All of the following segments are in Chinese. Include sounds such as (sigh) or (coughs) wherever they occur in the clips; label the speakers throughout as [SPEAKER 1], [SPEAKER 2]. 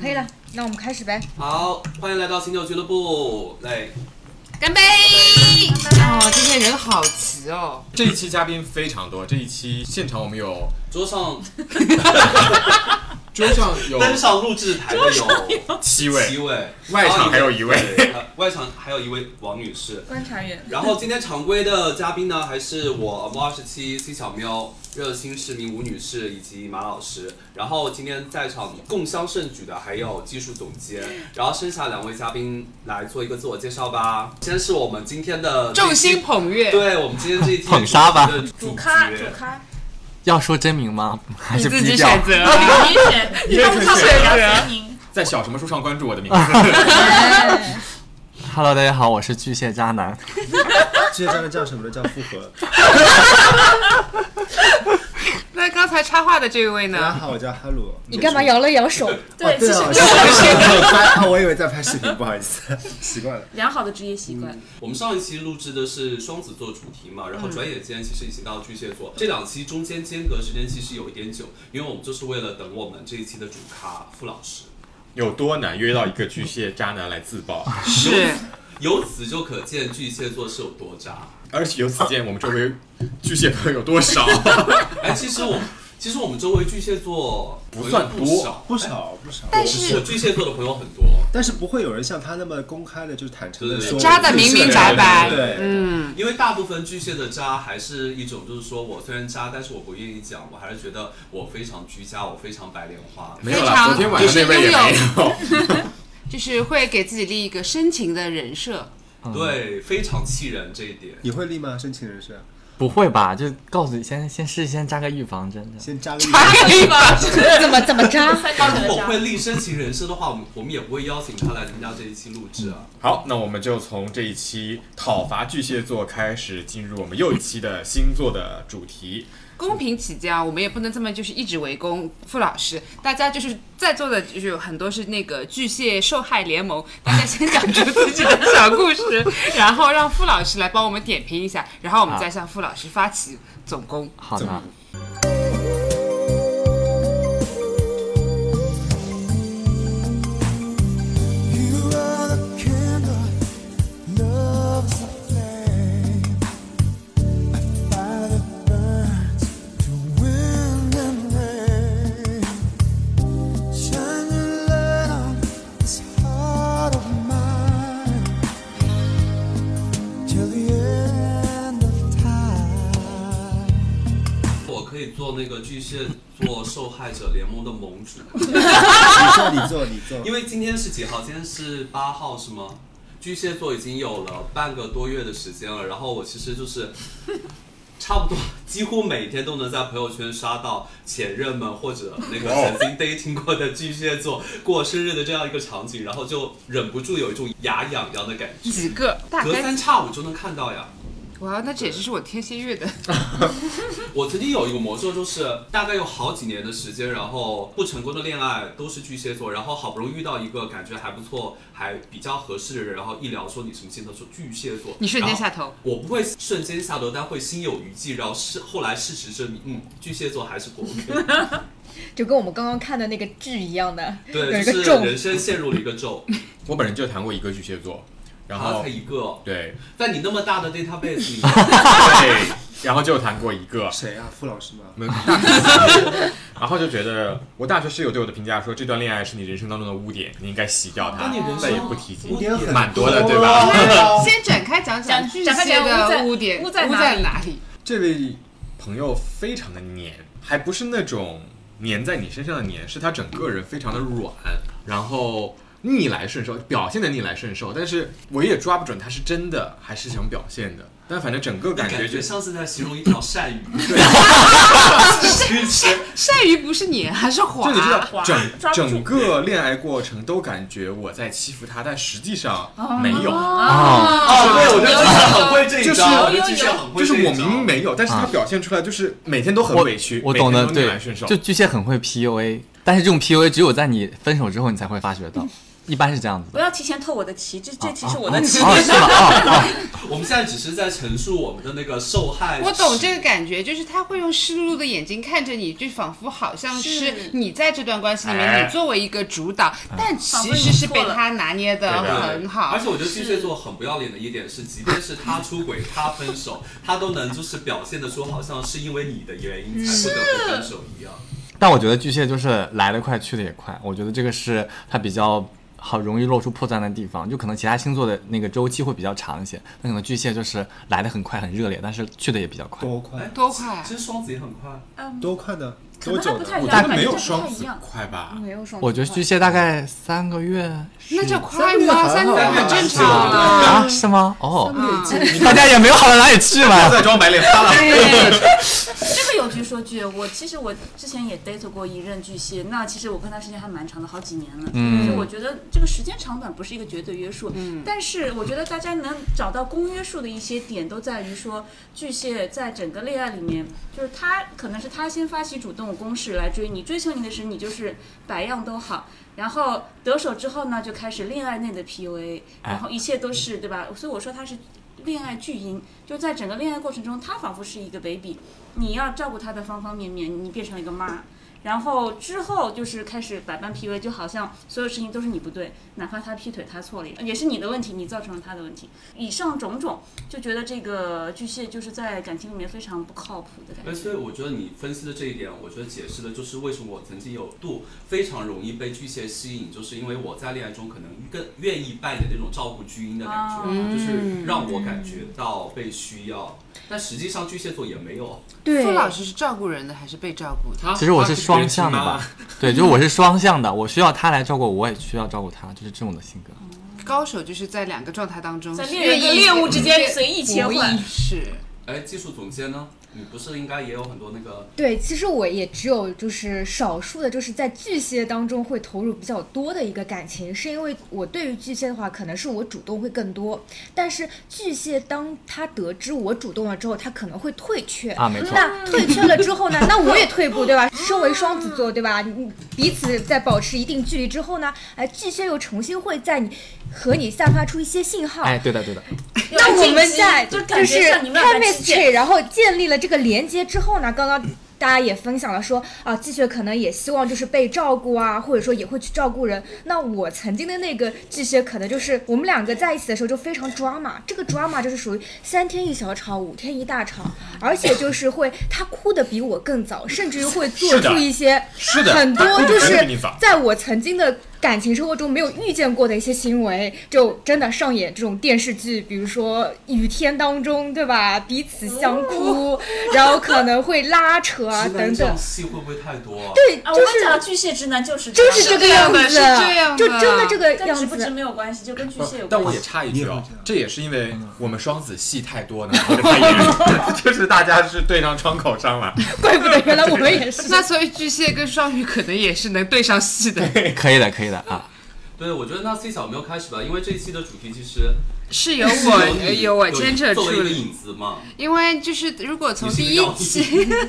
[SPEAKER 1] 可以了，那我们开始呗。
[SPEAKER 2] 好，欢迎来到醒酒俱乐部。来，
[SPEAKER 3] 干杯！
[SPEAKER 4] 哦，今天人好齐哦，
[SPEAKER 5] 这一期嘉宾非常多，这一期现场我们有
[SPEAKER 2] 桌上
[SPEAKER 5] 桌上有
[SPEAKER 2] 登上录制台的有
[SPEAKER 5] 七
[SPEAKER 2] 七
[SPEAKER 5] 位，
[SPEAKER 2] 位，
[SPEAKER 5] 外场还有一位
[SPEAKER 2] 对呃外场还有一位王女士。
[SPEAKER 1] 观察员，
[SPEAKER 2] 然后今天常规的嘉宾呢，还是我 M 二十七 C 小喵、热心市民吴女士以及马老师。然后今天在场共襄盛举的还有技术总监。然后剩下两位嘉宾来做一个自我介绍吧。先是我们今天的这一期
[SPEAKER 4] 众星，捧月，
[SPEAKER 2] 对我们今天这一期
[SPEAKER 6] 捧杀吧
[SPEAKER 2] 的
[SPEAKER 1] 主
[SPEAKER 2] 主
[SPEAKER 1] 咖，
[SPEAKER 2] 角
[SPEAKER 1] 主咖，
[SPEAKER 6] 要说真名吗？ (laughs) 还
[SPEAKER 4] 你
[SPEAKER 6] 是
[SPEAKER 4] 自
[SPEAKER 6] 低
[SPEAKER 4] 己
[SPEAKER 6] 调？
[SPEAKER 4] 选择。
[SPEAKER 3] 你选，
[SPEAKER 5] 你也可以选
[SPEAKER 3] 选
[SPEAKER 1] 宁。
[SPEAKER 5] 在小什么书上关注我的名字。
[SPEAKER 6] Hello，大家好，我是巨蟹渣男。
[SPEAKER 7] 这些站的叫什么呢？叫复合。
[SPEAKER 4] (laughs) 那刚才插话的这位
[SPEAKER 7] 大家
[SPEAKER 4] 呢？
[SPEAKER 7] 好，我叫哈鲁。
[SPEAKER 1] (laughs) 你干嘛摇了摇手？
[SPEAKER 7] 哦？对啊，
[SPEAKER 3] 其
[SPEAKER 7] 我
[SPEAKER 3] 实
[SPEAKER 7] 在拍，哦我以为在拍视频，不好意思，习惯了。
[SPEAKER 3] 良好的职业习惯。
[SPEAKER 2] 我们上一期录制的是双子座主题嘛，然后转眼间其实已经到巨蟹座，这两期中间间隔时间其实有一点久，因为我们就是为了等我们这一期的主咖傅老师。
[SPEAKER 5] (laughs) 有多难约到一个巨蟹渣男来自爆？
[SPEAKER 4] 是，
[SPEAKER 2] 由此就可见巨蟹座是有多 (laughs) 渣。
[SPEAKER 5] 而且由此见，我们周围巨蟹朋友有多 (laughs) 少？
[SPEAKER 2] 哎，其实我其实我们周围巨蟹座
[SPEAKER 5] 不算
[SPEAKER 2] 朋
[SPEAKER 5] 多
[SPEAKER 2] 友
[SPEAKER 7] 不
[SPEAKER 2] 不少，
[SPEAKER 7] 少不少，
[SPEAKER 2] 但是我巨蟹座的朋友很多，
[SPEAKER 7] 但是不会有人像他那么公开的，就是坦诚的说，
[SPEAKER 4] 扎的明明白白。
[SPEAKER 7] 对对对
[SPEAKER 4] 嗯，
[SPEAKER 2] 因为大部分巨蟹的渣还是一种就是说我虽然渣，但是我不愿意讲，我还是觉得我非常居家，我非常白莲花。
[SPEAKER 5] 没有
[SPEAKER 4] 非
[SPEAKER 5] 啦，
[SPEAKER 4] 常
[SPEAKER 5] 昨天晚上那位也没有。
[SPEAKER 4] 就是会给自己立一个深情的人设，
[SPEAKER 2] 对，非常气人这一点。
[SPEAKER 7] 你会立吗？申请人是
[SPEAKER 6] 不会吧？就告诉你，先先事先扎个预防针的。
[SPEAKER 7] 先
[SPEAKER 4] (laughs)
[SPEAKER 7] 扎个预
[SPEAKER 4] 哎
[SPEAKER 7] 防
[SPEAKER 4] 呀
[SPEAKER 1] 嗯怎么怎么
[SPEAKER 3] (laughs)
[SPEAKER 1] 扎？
[SPEAKER 2] 但如果会立深情人设的话，我们我们也不会邀请他来参加这一期录制啊。
[SPEAKER 5] (laughs) 好，那我们就从这一期讨伐巨蟹座开始，进入我们又一期的星座的主题。
[SPEAKER 4] 公平起见啊，我们也不能这么就是一直围攻傅老师。大家就是在座的，就是有很多是那个巨蟹受害联盟，大家先讲出自己的小故事，然后让傅老师来帮我们点评一下，然后我们再向傅老师发起总攻。
[SPEAKER 6] 好的，
[SPEAKER 8] Till the end of time.
[SPEAKER 2] 我可以做那个巨蟹座受害者联盟的盟主，
[SPEAKER 7] 针，你做你做你
[SPEAKER 2] 因
[SPEAKER 7] 做，
[SPEAKER 2] 为今天是几号？今天是八号是吗？巨蟹座已经有了半个多月的时间了，然后我其实就是差不多几乎每天都能在朋友圈刷到前任们或者那个曾经 dating 过的巨蟹座过生日的这样一个场景，然后就忍不住有一种牙痒痒的感觉，
[SPEAKER 4] 几个大
[SPEAKER 2] 隔
[SPEAKER 4] 概，
[SPEAKER 2] 三差五就能看到呀。
[SPEAKER 4] 哇，那这也是我天蝎月的，
[SPEAKER 2] 我曾经有一个魔咒，就是大概有好几年的时间，然后不成功的恋爱都是巨蟹座，然后好不容易遇到一个感觉还不错、还比较合适的人，然后一聊说你什么星座，说巨蟹座，
[SPEAKER 4] 你瞬间下头。
[SPEAKER 2] 我不会瞬间下头，但会心有余悸，然后是后来事实证明，嗯，巨蟹座还是不
[SPEAKER 4] (laughs)
[SPEAKER 2] OK，
[SPEAKER 1] 就跟我们刚刚看的那个剧一样的，有
[SPEAKER 2] 对，
[SPEAKER 1] 一
[SPEAKER 2] 就
[SPEAKER 1] 个
[SPEAKER 2] 是
[SPEAKER 1] 重。
[SPEAKER 2] 人生陷入了一个咒，
[SPEAKER 5] 我本人就谈过一个巨蟹座，然
[SPEAKER 2] 然后
[SPEAKER 5] 后
[SPEAKER 2] 才一个，
[SPEAKER 5] 对
[SPEAKER 2] 但你那么大的 database 里
[SPEAKER 5] (laughs)
[SPEAKER 2] 面，
[SPEAKER 5] 对，然后就谈过一 (laughs) 个，
[SPEAKER 7] 谁啊？傅老师吗
[SPEAKER 2] (laughs)
[SPEAKER 5] 我？们大然后就觉得我大学室友对我的评价说，这段恋爱是你人生当中的污点，你应该洗掉它
[SPEAKER 2] 那你人，生
[SPEAKER 5] 再也不提及
[SPEAKER 2] 污，
[SPEAKER 7] 点很啊
[SPEAKER 5] 蛮多的对吧？
[SPEAKER 4] 先展开讲讲
[SPEAKER 3] 展
[SPEAKER 4] 巨
[SPEAKER 3] 展开
[SPEAKER 4] 蟹
[SPEAKER 3] 讲污
[SPEAKER 4] 的
[SPEAKER 3] 在
[SPEAKER 4] 污点，
[SPEAKER 3] 污在哪
[SPEAKER 4] 在
[SPEAKER 3] 里
[SPEAKER 4] 哪里？
[SPEAKER 5] 这位朋友非常的黏，还不是那种黏在你身上的黏，是他整个人非常的软，然后逆来顺受，表现的逆来顺受，但是我也抓不准他是真的还是想表现的，但反正整个感觉
[SPEAKER 2] 感
[SPEAKER 5] 就
[SPEAKER 2] 觉像是在形容一条鳝
[SPEAKER 4] (laughs)
[SPEAKER 2] 鱼，
[SPEAKER 4] 鳝鱼不是你，还是啊滑
[SPEAKER 5] 就你知道，
[SPEAKER 4] 滑
[SPEAKER 5] 整整个恋爱过程都感觉我在欺负他，但实际上没有，
[SPEAKER 6] 哦，
[SPEAKER 5] 啊
[SPEAKER 2] 哦，对，我觉得巨蟹很会这一招，我觉得巨蟹很
[SPEAKER 5] 就
[SPEAKER 2] 会
[SPEAKER 5] 是
[SPEAKER 2] 这一招，
[SPEAKER 5] 我明明没有，但是他
[SPEAKER 6] 啊
[SPEAKER 5] 表现出来就是每天都很
[SPEAKER 6] 我
[SPEAKER 5] 委屈，
[SPEAKER 6] 我
[SPEAKER 5] 每
[SPEAKER 6] 懂
[SPEAKER 5] 天
[SPEAKER 6] 的，
[SPEAKER 5] 都逆
[SPEAKER 6] 对
[SPEAKER 5] 来顺受，
[SPEAKER 6] 就巨蟹很会 PUA，但是这种 PUA 只有在你分手之后你才会发觉到。一般是这样子的。
[SPEAKER 3] 不要提前透我的题，这这题是我
[SPEAKER 6] 啊
[SPEAKER 3] 的题。
[SPEAKER 6] 哦，是吗？哦哦，
[SPEAKER 2] 我们现在只是在陈述我们的那个受害。
[SPEAKER 4] 我懂这个感觉，就是他会用湿漉漉的眼睛看着你，就仿佛好像是
[SPEAKER 3] 是
[SPEAKER 4] 你在这段关系里面，
[SPEAKER 5] 哎
[SPEAKER 4] 你作为一个主导，但其
[SPEAKER 3] 仿佛
[SPEAKER 4] 实
[SPEAKER 3] 你
[SPEAKER 4] 是被
[SPEAKER 3] 错了
[SPEAKER 4] 他拿捏的
[SPEAKER 5] 对的
[SPEAKER 4] 很好
[SPEAKER 2] 而。且我觉得巨蟹座很不要脸的一点是，即便是他出轨、他分手，他都能就是表现的说好像是因为你的原因
[SPEAKER 4] 嗯
[SPEAKER 2] 才不得不分手一样。
[SPEAKER 6] 但我觉得巨蟹就是来得快，去得也快。我觉得这个是他比较好容易露出破绽的地方，就可能其他星座的那个周期会比较长一些，那可能巨蟹就是来得很快，很热烈，但是去的也比较快。
[SPEAKER 7] 多
[SPEAKER 2] 哎
[SPEAKER 7] 快，
[SPEAKER 4] 多快啊
[SPEAKER 2] 其！实双子也很快，
[SPEAKER 7] 多快呢？
[SPEAKER 3] 可
[SPEAKER 7] 多
[SPEAKER 3] 能
[SPEAKER 7] 久
[SPEAKER 3] 还不
[SPEAKER 7] 呢？
[SPEAKER 3] 太一
[SPEAKER 5] 我觉得
[SPEAKER 3] 样反
[SPEAKER 5] 没
[SPEAKER 3] 正
[SPEAKER 5] 有
[SPEAKER 3] 就不
[SPEAKER 5] 双
[SPEAKER 3] 太一
[SPEAKER 5] 子
[SPEAKER 3] 样
[SPEAKER 5] 快吧，
[SPEAKER 1] 没有双子
[SPEAKER 6] 我觉得
[SPEAKER 1] 座
[SPEAKER 6] 巨蟹大概三个月
[SPEAKER 4] 那就快
[SPEAKER 7] 三个
[SPEAKER 4] 吗？
[SPEAKER 7] 还
[SPEAKER 4] 三个
[SPEAKER 7] 好
[SPEAKER 4] 月
[SPEAKER 7] 啊
[SPEAKER 4] 很正常
[SPEAKER 5] 三个
[SPEAKER 4] 啊。
[SPEAKER 6] 啊？是吗？哦，
[SPEAKER 4] 啊
[SPEAKER 6] 大家也没有好到哪里去嘛。
[SPEAKER 5] (laughs) 再装白脸发了。
[SPEAKER 3] 这个有据说据，我其实我之前也 date 过一任巨蟹，那其实我跟他时间还蛮长的，好几年了。
[SPEAKER 6] 嗯
[SPEAKER 3] 所以我觉得这个时间长短不是一个绝对约束，但是我觉得大家能找到公约数的一些点，都在于说巨蟹在整个恋爱里面，就是他可能是他先发起主动攻势来追你，追求你的时候你就是百样都好。然后得手之后呢，就开始恋爱内的 PUA，然
[SPEAKER 1] 哎
[SPEAKER 3] 后一切都是对吧？所以我说他是恋爱巨婴，就在整个恋爱过程中，他仿佛是一个 baby，你要照顾他的方方面面，你变成了一个妈。然后之后就是开始百般 PUA，就好像所有事情都是你不对，哪怕他劈腿他错了，也是你的问题，你造成了他的问题。以上种种，就觉得这个巨蟹就是在感情里面非常不靠谱的感
[SPEAKER 2] 哎，
[SPEAKER 3] 觉。
[SPEAKER 2] 所以我觉得你分析的这一点，我觉得解释的就是为什么我曾经有度非常容易被巨蟹吸引，就是因为我在恋爱中可能更愿意扮演那种照顾巨婴的感觉，
[SPEAKER 4] 嗯
[SPEAKER 3] 啊
[SPEAKER 2] 就是让我感觉到被需要。但实际上巨蟹座也没有，
[SPEAKER 1] 对
[SPEAKER 4] 傅老师是照顾人的还是被照顾的？
[SPEAKER 6] 其实我是双向的吧， (laughs) 对，就是我是双向的，我需要他来照顾我，我也需要照顾他，就是这种的性格。
[SPEAKER 4] 高手就是在两个状态当中，
[SPEAKER 3] 在猎
[SPEAKER 4] 愿
[SPEAKER 3] 人
[SPEAKER 4] 意嗯
[SPEAKER 3] 和猎物之间随意切换
[SPEAKER 4] 无意识。
[SPEAKER 2] 哎，技术总监呢？你不是应该也有很多那个？
[SPEAKER 1] 对，其实我也只有就是少数的，就是在巨蟹当中会投入比较多的一个感情，是因为我对于巨蟹的话，可能是我主动会更多，但是巨蟹当他得知我主动了之后，他可能会退却
[SPEAKER 6] 啊没错
[SPEAKER 1] 那退却了之后呢，那我也退步，对吧？身为双子座，对吧？你彼此在保持一定距离之后呢，哎，巨蟹又重新会在你和你散发出一些信号，
[SPEAKER 6] 哎，对的，对的，
[SPEAKER 1] 那我们在
[SPEAKER 3] 就
[SPEAKER 1] 就
[SPEAKER 3] 感
[SPEAKER 1] 是
[SPEAKER 3] 觉像你们俩在之
[SPEAKER 1] chemistry，
[SPEAKER 3] 间
[SPEAKER 1] 然后建立了这个连接之后呢，刚刚大家也分享了说啊，季雪可能也希望就是被照顾啊，或者说也会去照顾人。那我曾经的那个季雪，可能就是我们两个在一起的时候就非常 drama，这个 drama 就是属于三天一小吵，五天一大吵，而且就是会他哭的比我更早，甚至于会做
[SPEAKER 5] 是的
[SPEAKER 1] 出一些
[SPEAKER 5] 啊是的
[SPEAKER 1] 很多就
[SPEAKER 5] 真的
[SPEAKER 1] 是
[SPEAKER 5] 比你早
[SPEAKER 1] 在我曾经的感情生活中没有遇见过的一些行为，就真的上演这种电视剧，比如说《雨天》当中，对吧？彼此相哭，然后可能会拉扯啊
[SPEAKER 2] 直男
[SPEAKER 1] 等
[SPEAKER 2] 这样
[SPEAKER 1] 等，
[SPEAKER 2] 戏会不会太多啊？
[SPEAKER 1] 对，
[SPEAKER 3] 啊，我
[SPEAKER 1] 就
[SPEAKER 3] 刚讲了
[SPEAKER 1] 是
[SPEAKER 3] 巨蟹直男就是
[SPEAKER 1] 就是这个样子，
[SPEAKER 4] 是这样的
[SPEAKER 1] 就真的这个
[SPEAKER 3] 跟
[SPEAKER 1] 样
[SPEAKER 3] 直不直
[SPEAKER 1] 子。
[SPEAKER 3] 没有关系，就跟巨蟹有关
[SPEAKER 5] 但
[SPEAKER 3] 系。
[SPEAKER 5] 我也插一句
[SPEAKER 7] 你也
[SPEAKER 5] 哦
[SPEAKER 7] 会这样，
[SPEAKER 5] 这也是因为我们双子戏太多呢，太严重 (laughs) 就是大家是对上窗口上了。
[SPEAKER 1] 怪不得原来我们也是。
[SPEAKER 4] 那所以巨蟹跟双鱼可能也是能对上戏的，
[SPEAKER 6] 可以的，可以的啊。
[SPEAKER 2] 对，我觉得那 C 小没有开始吧，因为这一期的主题其实
[SPEAKER 4] (laughs) 是有
[SPEAKER 2] 是
[SPEAKER 4] 我
[SPEAKER 2] 你
[SPEAKER 4] 有我牵扯
[SPEAKER 2] 作
[SPEAKER 4] 出
[SPEAKER 2] 为一个
[SPEAKER 4] 来。
[SPEAKER 2] 影子嘛。
[SPEAKER 4] 因为就是如果从
[SPEAKER 2] 你是
[SPEAKER 4] 第
[SPEAKER 2] 个
[SPEAKER 4] 一
[SPEAKER 2] 药
[SPEAKER 4] 期 (laughs)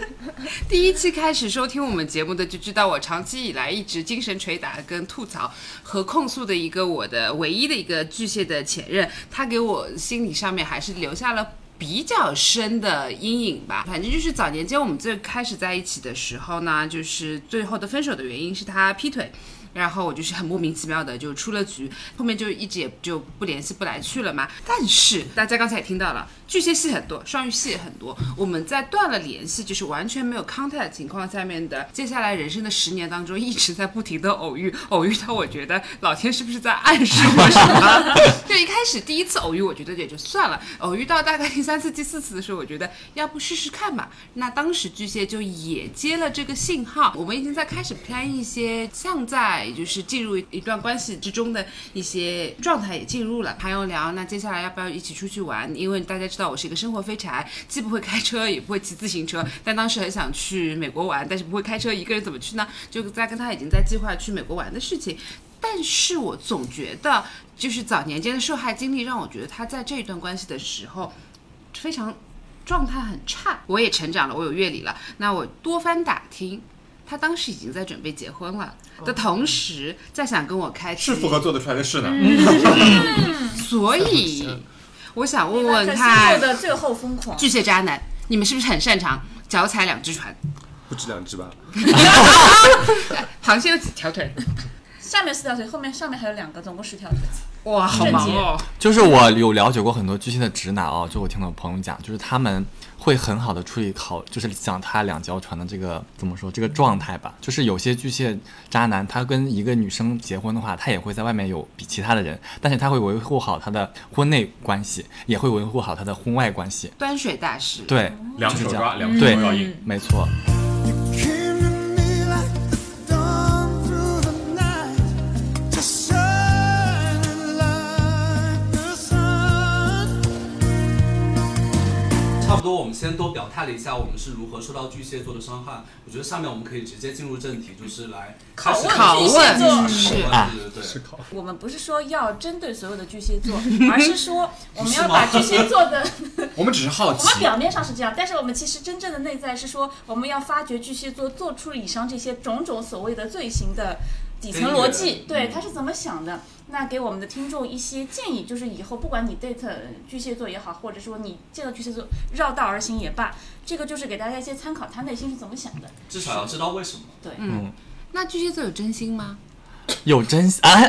[SPEAKER 4] 第一期开始收听我们节目的，就知道我长期以来一直精神捶打跟吐槽和控诉的一个我的唯一的一个巨蟹的前任，他给我心理上面还是留下了。比较深的阴影吧，反正就是早年间我们最开始在一起的时候呢，就是最后的分手的原因是他劈腿，然后我就是很莫名其妙的就出了局，后面就一直也就不联系不来去了嘛。但是大家刚才也听到了，巨蟹系很多，双鱼系也很多。我们在断了联系，就是完全没有 contact 的情况下面的，接下来人生的十年当中，一直在不停的偶遇，偶遇到我觉得老天是不是在暗示我什么？ (laughs) 就一开始第一次偶遇，我觉得也就算了，偶遇到大概第三次、第四次的时候，我觉得要不试试看吧。那当时巨蟹就也接了这个信号，我们已经在开始 plan 一些像在就是进入一段关系之中的一些状态也进入了，还有聊那接下来要不要一起出去玩？因为大家知道我是一个生活废柴，既不会开车，也不会骑自行车，但当时很想去美国玩，但是不会开车，一个人怎么去呢？就在跟他已经在计划去美国玩的事情。但是我总觉得，就是早年间的受害经历，让我觉得他在这一段关系的时候非常状态很差。我也成长了，我有阅历了，那我多番打听，他当时已经在准备结婚了的同时，在想跟我开启
[SPEAKER 5] 是符合做得出来的事呢。
[SPEAKER 4] 所以我想问
[SPEAKER 3] 那
[SPEAKER 4] 问
[SPEAKER 3] 可惜
[SPEAKER 4] 看
[SPEAKER 3] 做，的最后疯狂，
[SPEAKER 4] 巨蟹渣男，你们是不是很擅长脚踩两只船？
[SPEAKER 7] 不止两只吧？
[SPEAKER 4] 螃蟹有几条腿？
[SPEAKER 3] 下面四条腿，后面上面还有两个，总共十条腿。
[SPEAKER 4] 哇，好忙哦！
[SPEAKER 6] 就是我有了解过很多巨蟹的直男哦，就我听到朋友讲，就是他们会很好的处理好，就是讲他两条船的这个怎么说这个状态吧。就是有些巨蟹渣男，他跟一个女生结婚的话，他也会在外面有比其他的人，但是他会维护好他的婚内关系，也会维护好他的婚外关系。
[SPEAKER 4] 端水大师，
[SPEAKER 6] 对，
[SPEAKER 5] 两
[SPEAKER 6] 就是
[SPEAKER 5] 手
[SPEAKER 6] 这
[SPEAKER 5] 抓，
[SPEAKER 6] 样
[SPEAKER 5] 两手
[SPEAKER 6] 对
[SPEAKER 5] 要硬。
[SPEAKER 6] 没错。
[SPEAKER 8] Came to me like the dawn through the night, just shining like the sun.
[SPEAKER 2] 差不多，我们先都表态了一下，我们是如何受到巨蟹座的伤害。我觉得下面我们可以直接进入正题，就是来开始
[SPEAKER 4] 拷
[SPEAKER 2] 开
[SPEAKER 4] 问
[SPEAKER 2] 始
[SPEAKER 4] 巨蟹座
[SPEAKER 2] 是
[SPEAKER 6] 啊
[SPEAKER 2] 对对对。
[SPEAKER 3] 我们不是说要针对所有的巨蟹
[SPEAKER 5] (laughs)
[SPEAKER 3] 座，而是说我们要把巨蟹座的，
[SPEAKER 5] 我们只是好
[SPEAKER 3] 我们
[SPEAKER 5] 奇，
[SPEAKER 3] 表面上是这样，但是我们其实真正的内在是说，我们要发掘巨蟹座做出以上这些种种所谓的罪行的底层逻辑，对他是怎么想的。那给我们的听众一些建议，就是以后不管你 date 巨蟹座也好，或者说你见到巨蟹座绕道而行也罢，这个就是给大家一些参考，他内心是怎么想的。
[SPEAKER 2] 至少要知道为什么。
[SPEAKER 3] 对，
[SPEAKER 4] 那巨蟹座有真心吗？
[SPEAKER 6] 有真心 (laughs) 啊，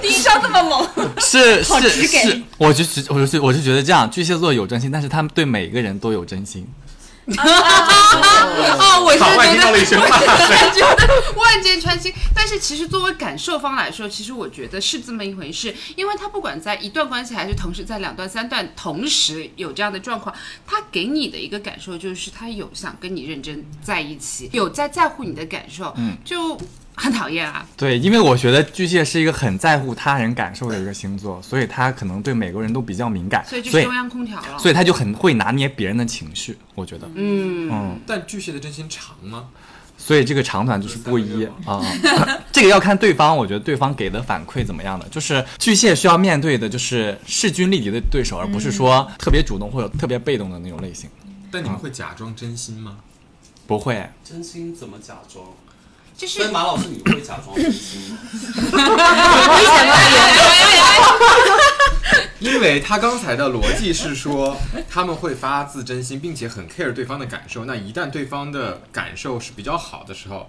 [SPEAKER 3] 第一招这么猛，
[SPEAKER 6] 是
[SPEAKER 1] 好
[SPEAKER 6] 是
[SPEAKER 1] 直给
[SPEAKER 6] 是，我就觉我就我就觉得这样，巨蟹座有真心，但是他们对每个人都有真心。
[SPEAKER 4] 哦，我
[SPEAKER 5] 呃
[SPEAKER 4] 是
[SPEAKER 5] 场外听到了一
[SPEAKER 4] 觉
[SPEAKER 5] 声
[SPEAKER 4] 得，我
[SPEAKER 5] 骂
[SPEAKER 4] 是
[SPEAKER 5] 声。
[SPEAKER 4] 觉得万箭穿心。但是其实作为感受方来说，其实我觉得是这么一回事，因为他不管在一段关系还是同时在两段、三段同时有这样的状况，他给你的一个感受就是他有想跟你认真在一起，有在在乎你的感受，嗯，就很讨厌啊。
[SPEAKER 6] 对，因为我觉得巨蟹是一个很在乎他人感受的一个星座，所以他可能对每个人都比较敏感，
[SPEAKER 4] 所以就
[SPEAKER 6] 所
[SPEAKER 4] 是
[SPEAKER 6] 以
[SPEAKER 4] 中央空调了。
[SPEAKER 6] 所以他就很会拿捏别人的情绪，我觉得，嗯，
[SPEAKER 5] 但巨蟹的真心长吗？
[SPEAKER 6] 所以这个长短就是不一
[SPEAKER 4] 嗯
[SPEAKER 6] 啊， (laughs) 这个要看对方，我觉得对方给的反馈怎么样的。就是巨蟹需要面对的就是势均力敌的对手，而不是说特别主动或者特别被动的那种类型。
[SPEAKER 5] 但你们会假装真心吗？
[SPEAKER 6] 不会，
[SPEAKER 2] 真心怎么假装？
[SPEAKER 4] 就是
[SPEAKER 2] 所以马老师，你会假装真心吗？
[SPEAKER 5] 因为他刚才的逻辑是说， (laughs) 他们会发自真心，并且很 care 对方的感受。那一旦对方的感受是比较好的时候，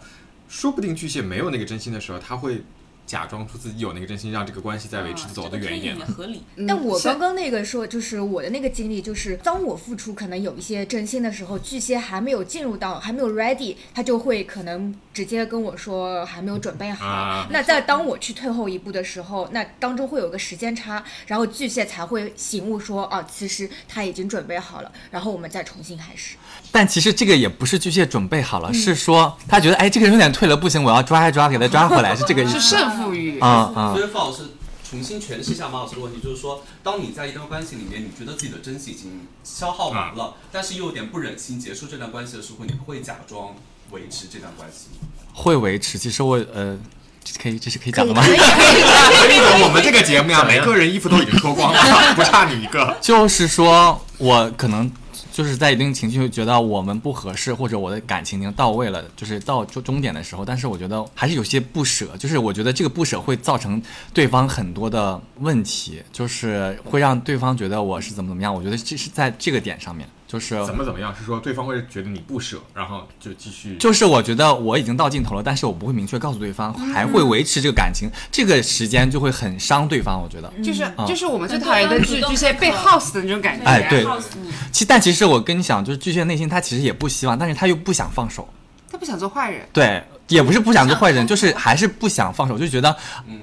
[SPEAKER 5] 说不定巨蟹没有那个真心的时候，他会假装出自己有那个真心，让这个关系再维持走得远一点
[SPEAKER 3] 也。合理。
[SPEAKER 1] 但我
[SPEAKER 4] 嗯是
[SPEAKER 1] 刚刚那个说，就是我的那个经历，就是当我付出可能有一些真心的时候，巨蟹还没有进入到，还没有 ready，他就会可能直接跟我说还没有准备好。
[SPEAKER 5] 啊
[SPEAKER 1] 那在当我去退后一步的时候，那当中会有个时间差，然后巨蟹才会醒悟说，哦，其实他已经准备好了，然后我们再重新开始。
[SPEAKER 6] 但其实这个也不是巨蟹准备
[SPEAKER 4] 嗯
[SPEAKER 6] 好了，是说他觉得哎这个人有点退了，不行，我要抓一抓，给他抓回来，是这个意
[SPEAKER 4] 是
[SPEAKER 6] 思。
[SPEAKER 4] 胜负欲。
[SPEAKER 6] 啊啊、
[SPEAKER 2] 所以付老师重新诠释一下马老师的问题，就是说，当你在一段关系里面，你觉得自己的真心已经消耗完了，但是又有点不忍心结束这段关系的时候，你会假装维持这段关系吗？
[SPEAKER 6] 会维持。其实我呃，这可以这是可以讲的吗？(laughs)
[SPEAKER 5] (laughs)
[SPEAKER 4] (laughs)
[SPEAKER 5] 所以呢，我们这个节目 (laughs) 呀，每个人衣服都已经脱光了， (laughs) 不差你一个。
[SPEAKER 6] 就是说我可能就是在一定情绪觉得我们不合适，或者我的感情已经到位了，就是到终终点的时候，但是我觉得还是有些不舍，就是我觉得这个不舍会造成对方很多的问题，就是会让对方觉得我是怎么怎么样。我觉得这是在这个点上面，就是
[SPEAKER 5] 怎么怎么样？是说对方会觉得你不舍，然后就继续。
[SPEAKER 6] 就是我觉得我已经到尽头了，但是我不会明确告诉对方，还会维持这个感情，这个时间就会很伤对方。我觉得，
[SPEAKER 4] 就是
[SPEAKER 6] 嗯
[SPEAKER 4] 就是我们最讨厌的就是巨蟹被 house 的那种感觉，
[SPEAKER 6] 哎对
[SPEAKER 3] 耗死你。
[SPEAKER 6] 其但其实我跟你讲，就是巨蟹内心他其实也不希望，但是他又不想放手，
[SPEAKER 4] 他不想做坏人，
[SPEAKER 6] 对，也不是不想做坏人，就是还是不想放手，就觉得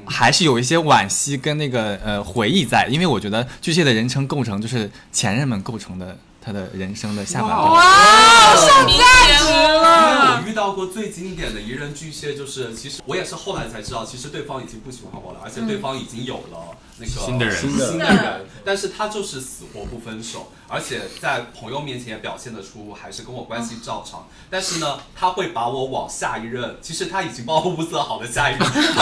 [SPEAKER 6] 还是有一些惋惜跟那个呃回忆在，因为我觉得巨蟹的人生构成就是前任们构成的他的人生的下半部分。
[SPEAKER 2] 因为我遇到过最经典的一任巨蟹，就是其实我也是后来才知道，其实对方已经不喜欢我了，而且对方已经有了那个
[SPEAKER 5] 新的人
[SPEAKER 2] 嗯新
[SPEAKER 7] 新
[SPEAKER 2] 的
[SPEAKER 7] 的
[SPEAKER 2] 人，但是他就是死活不分手，而且在朋友面前也表现得出还是跟我关系照常。但是呢，他会把我往下一任，其实他已经帮我物色好了下一任，他 (laughs)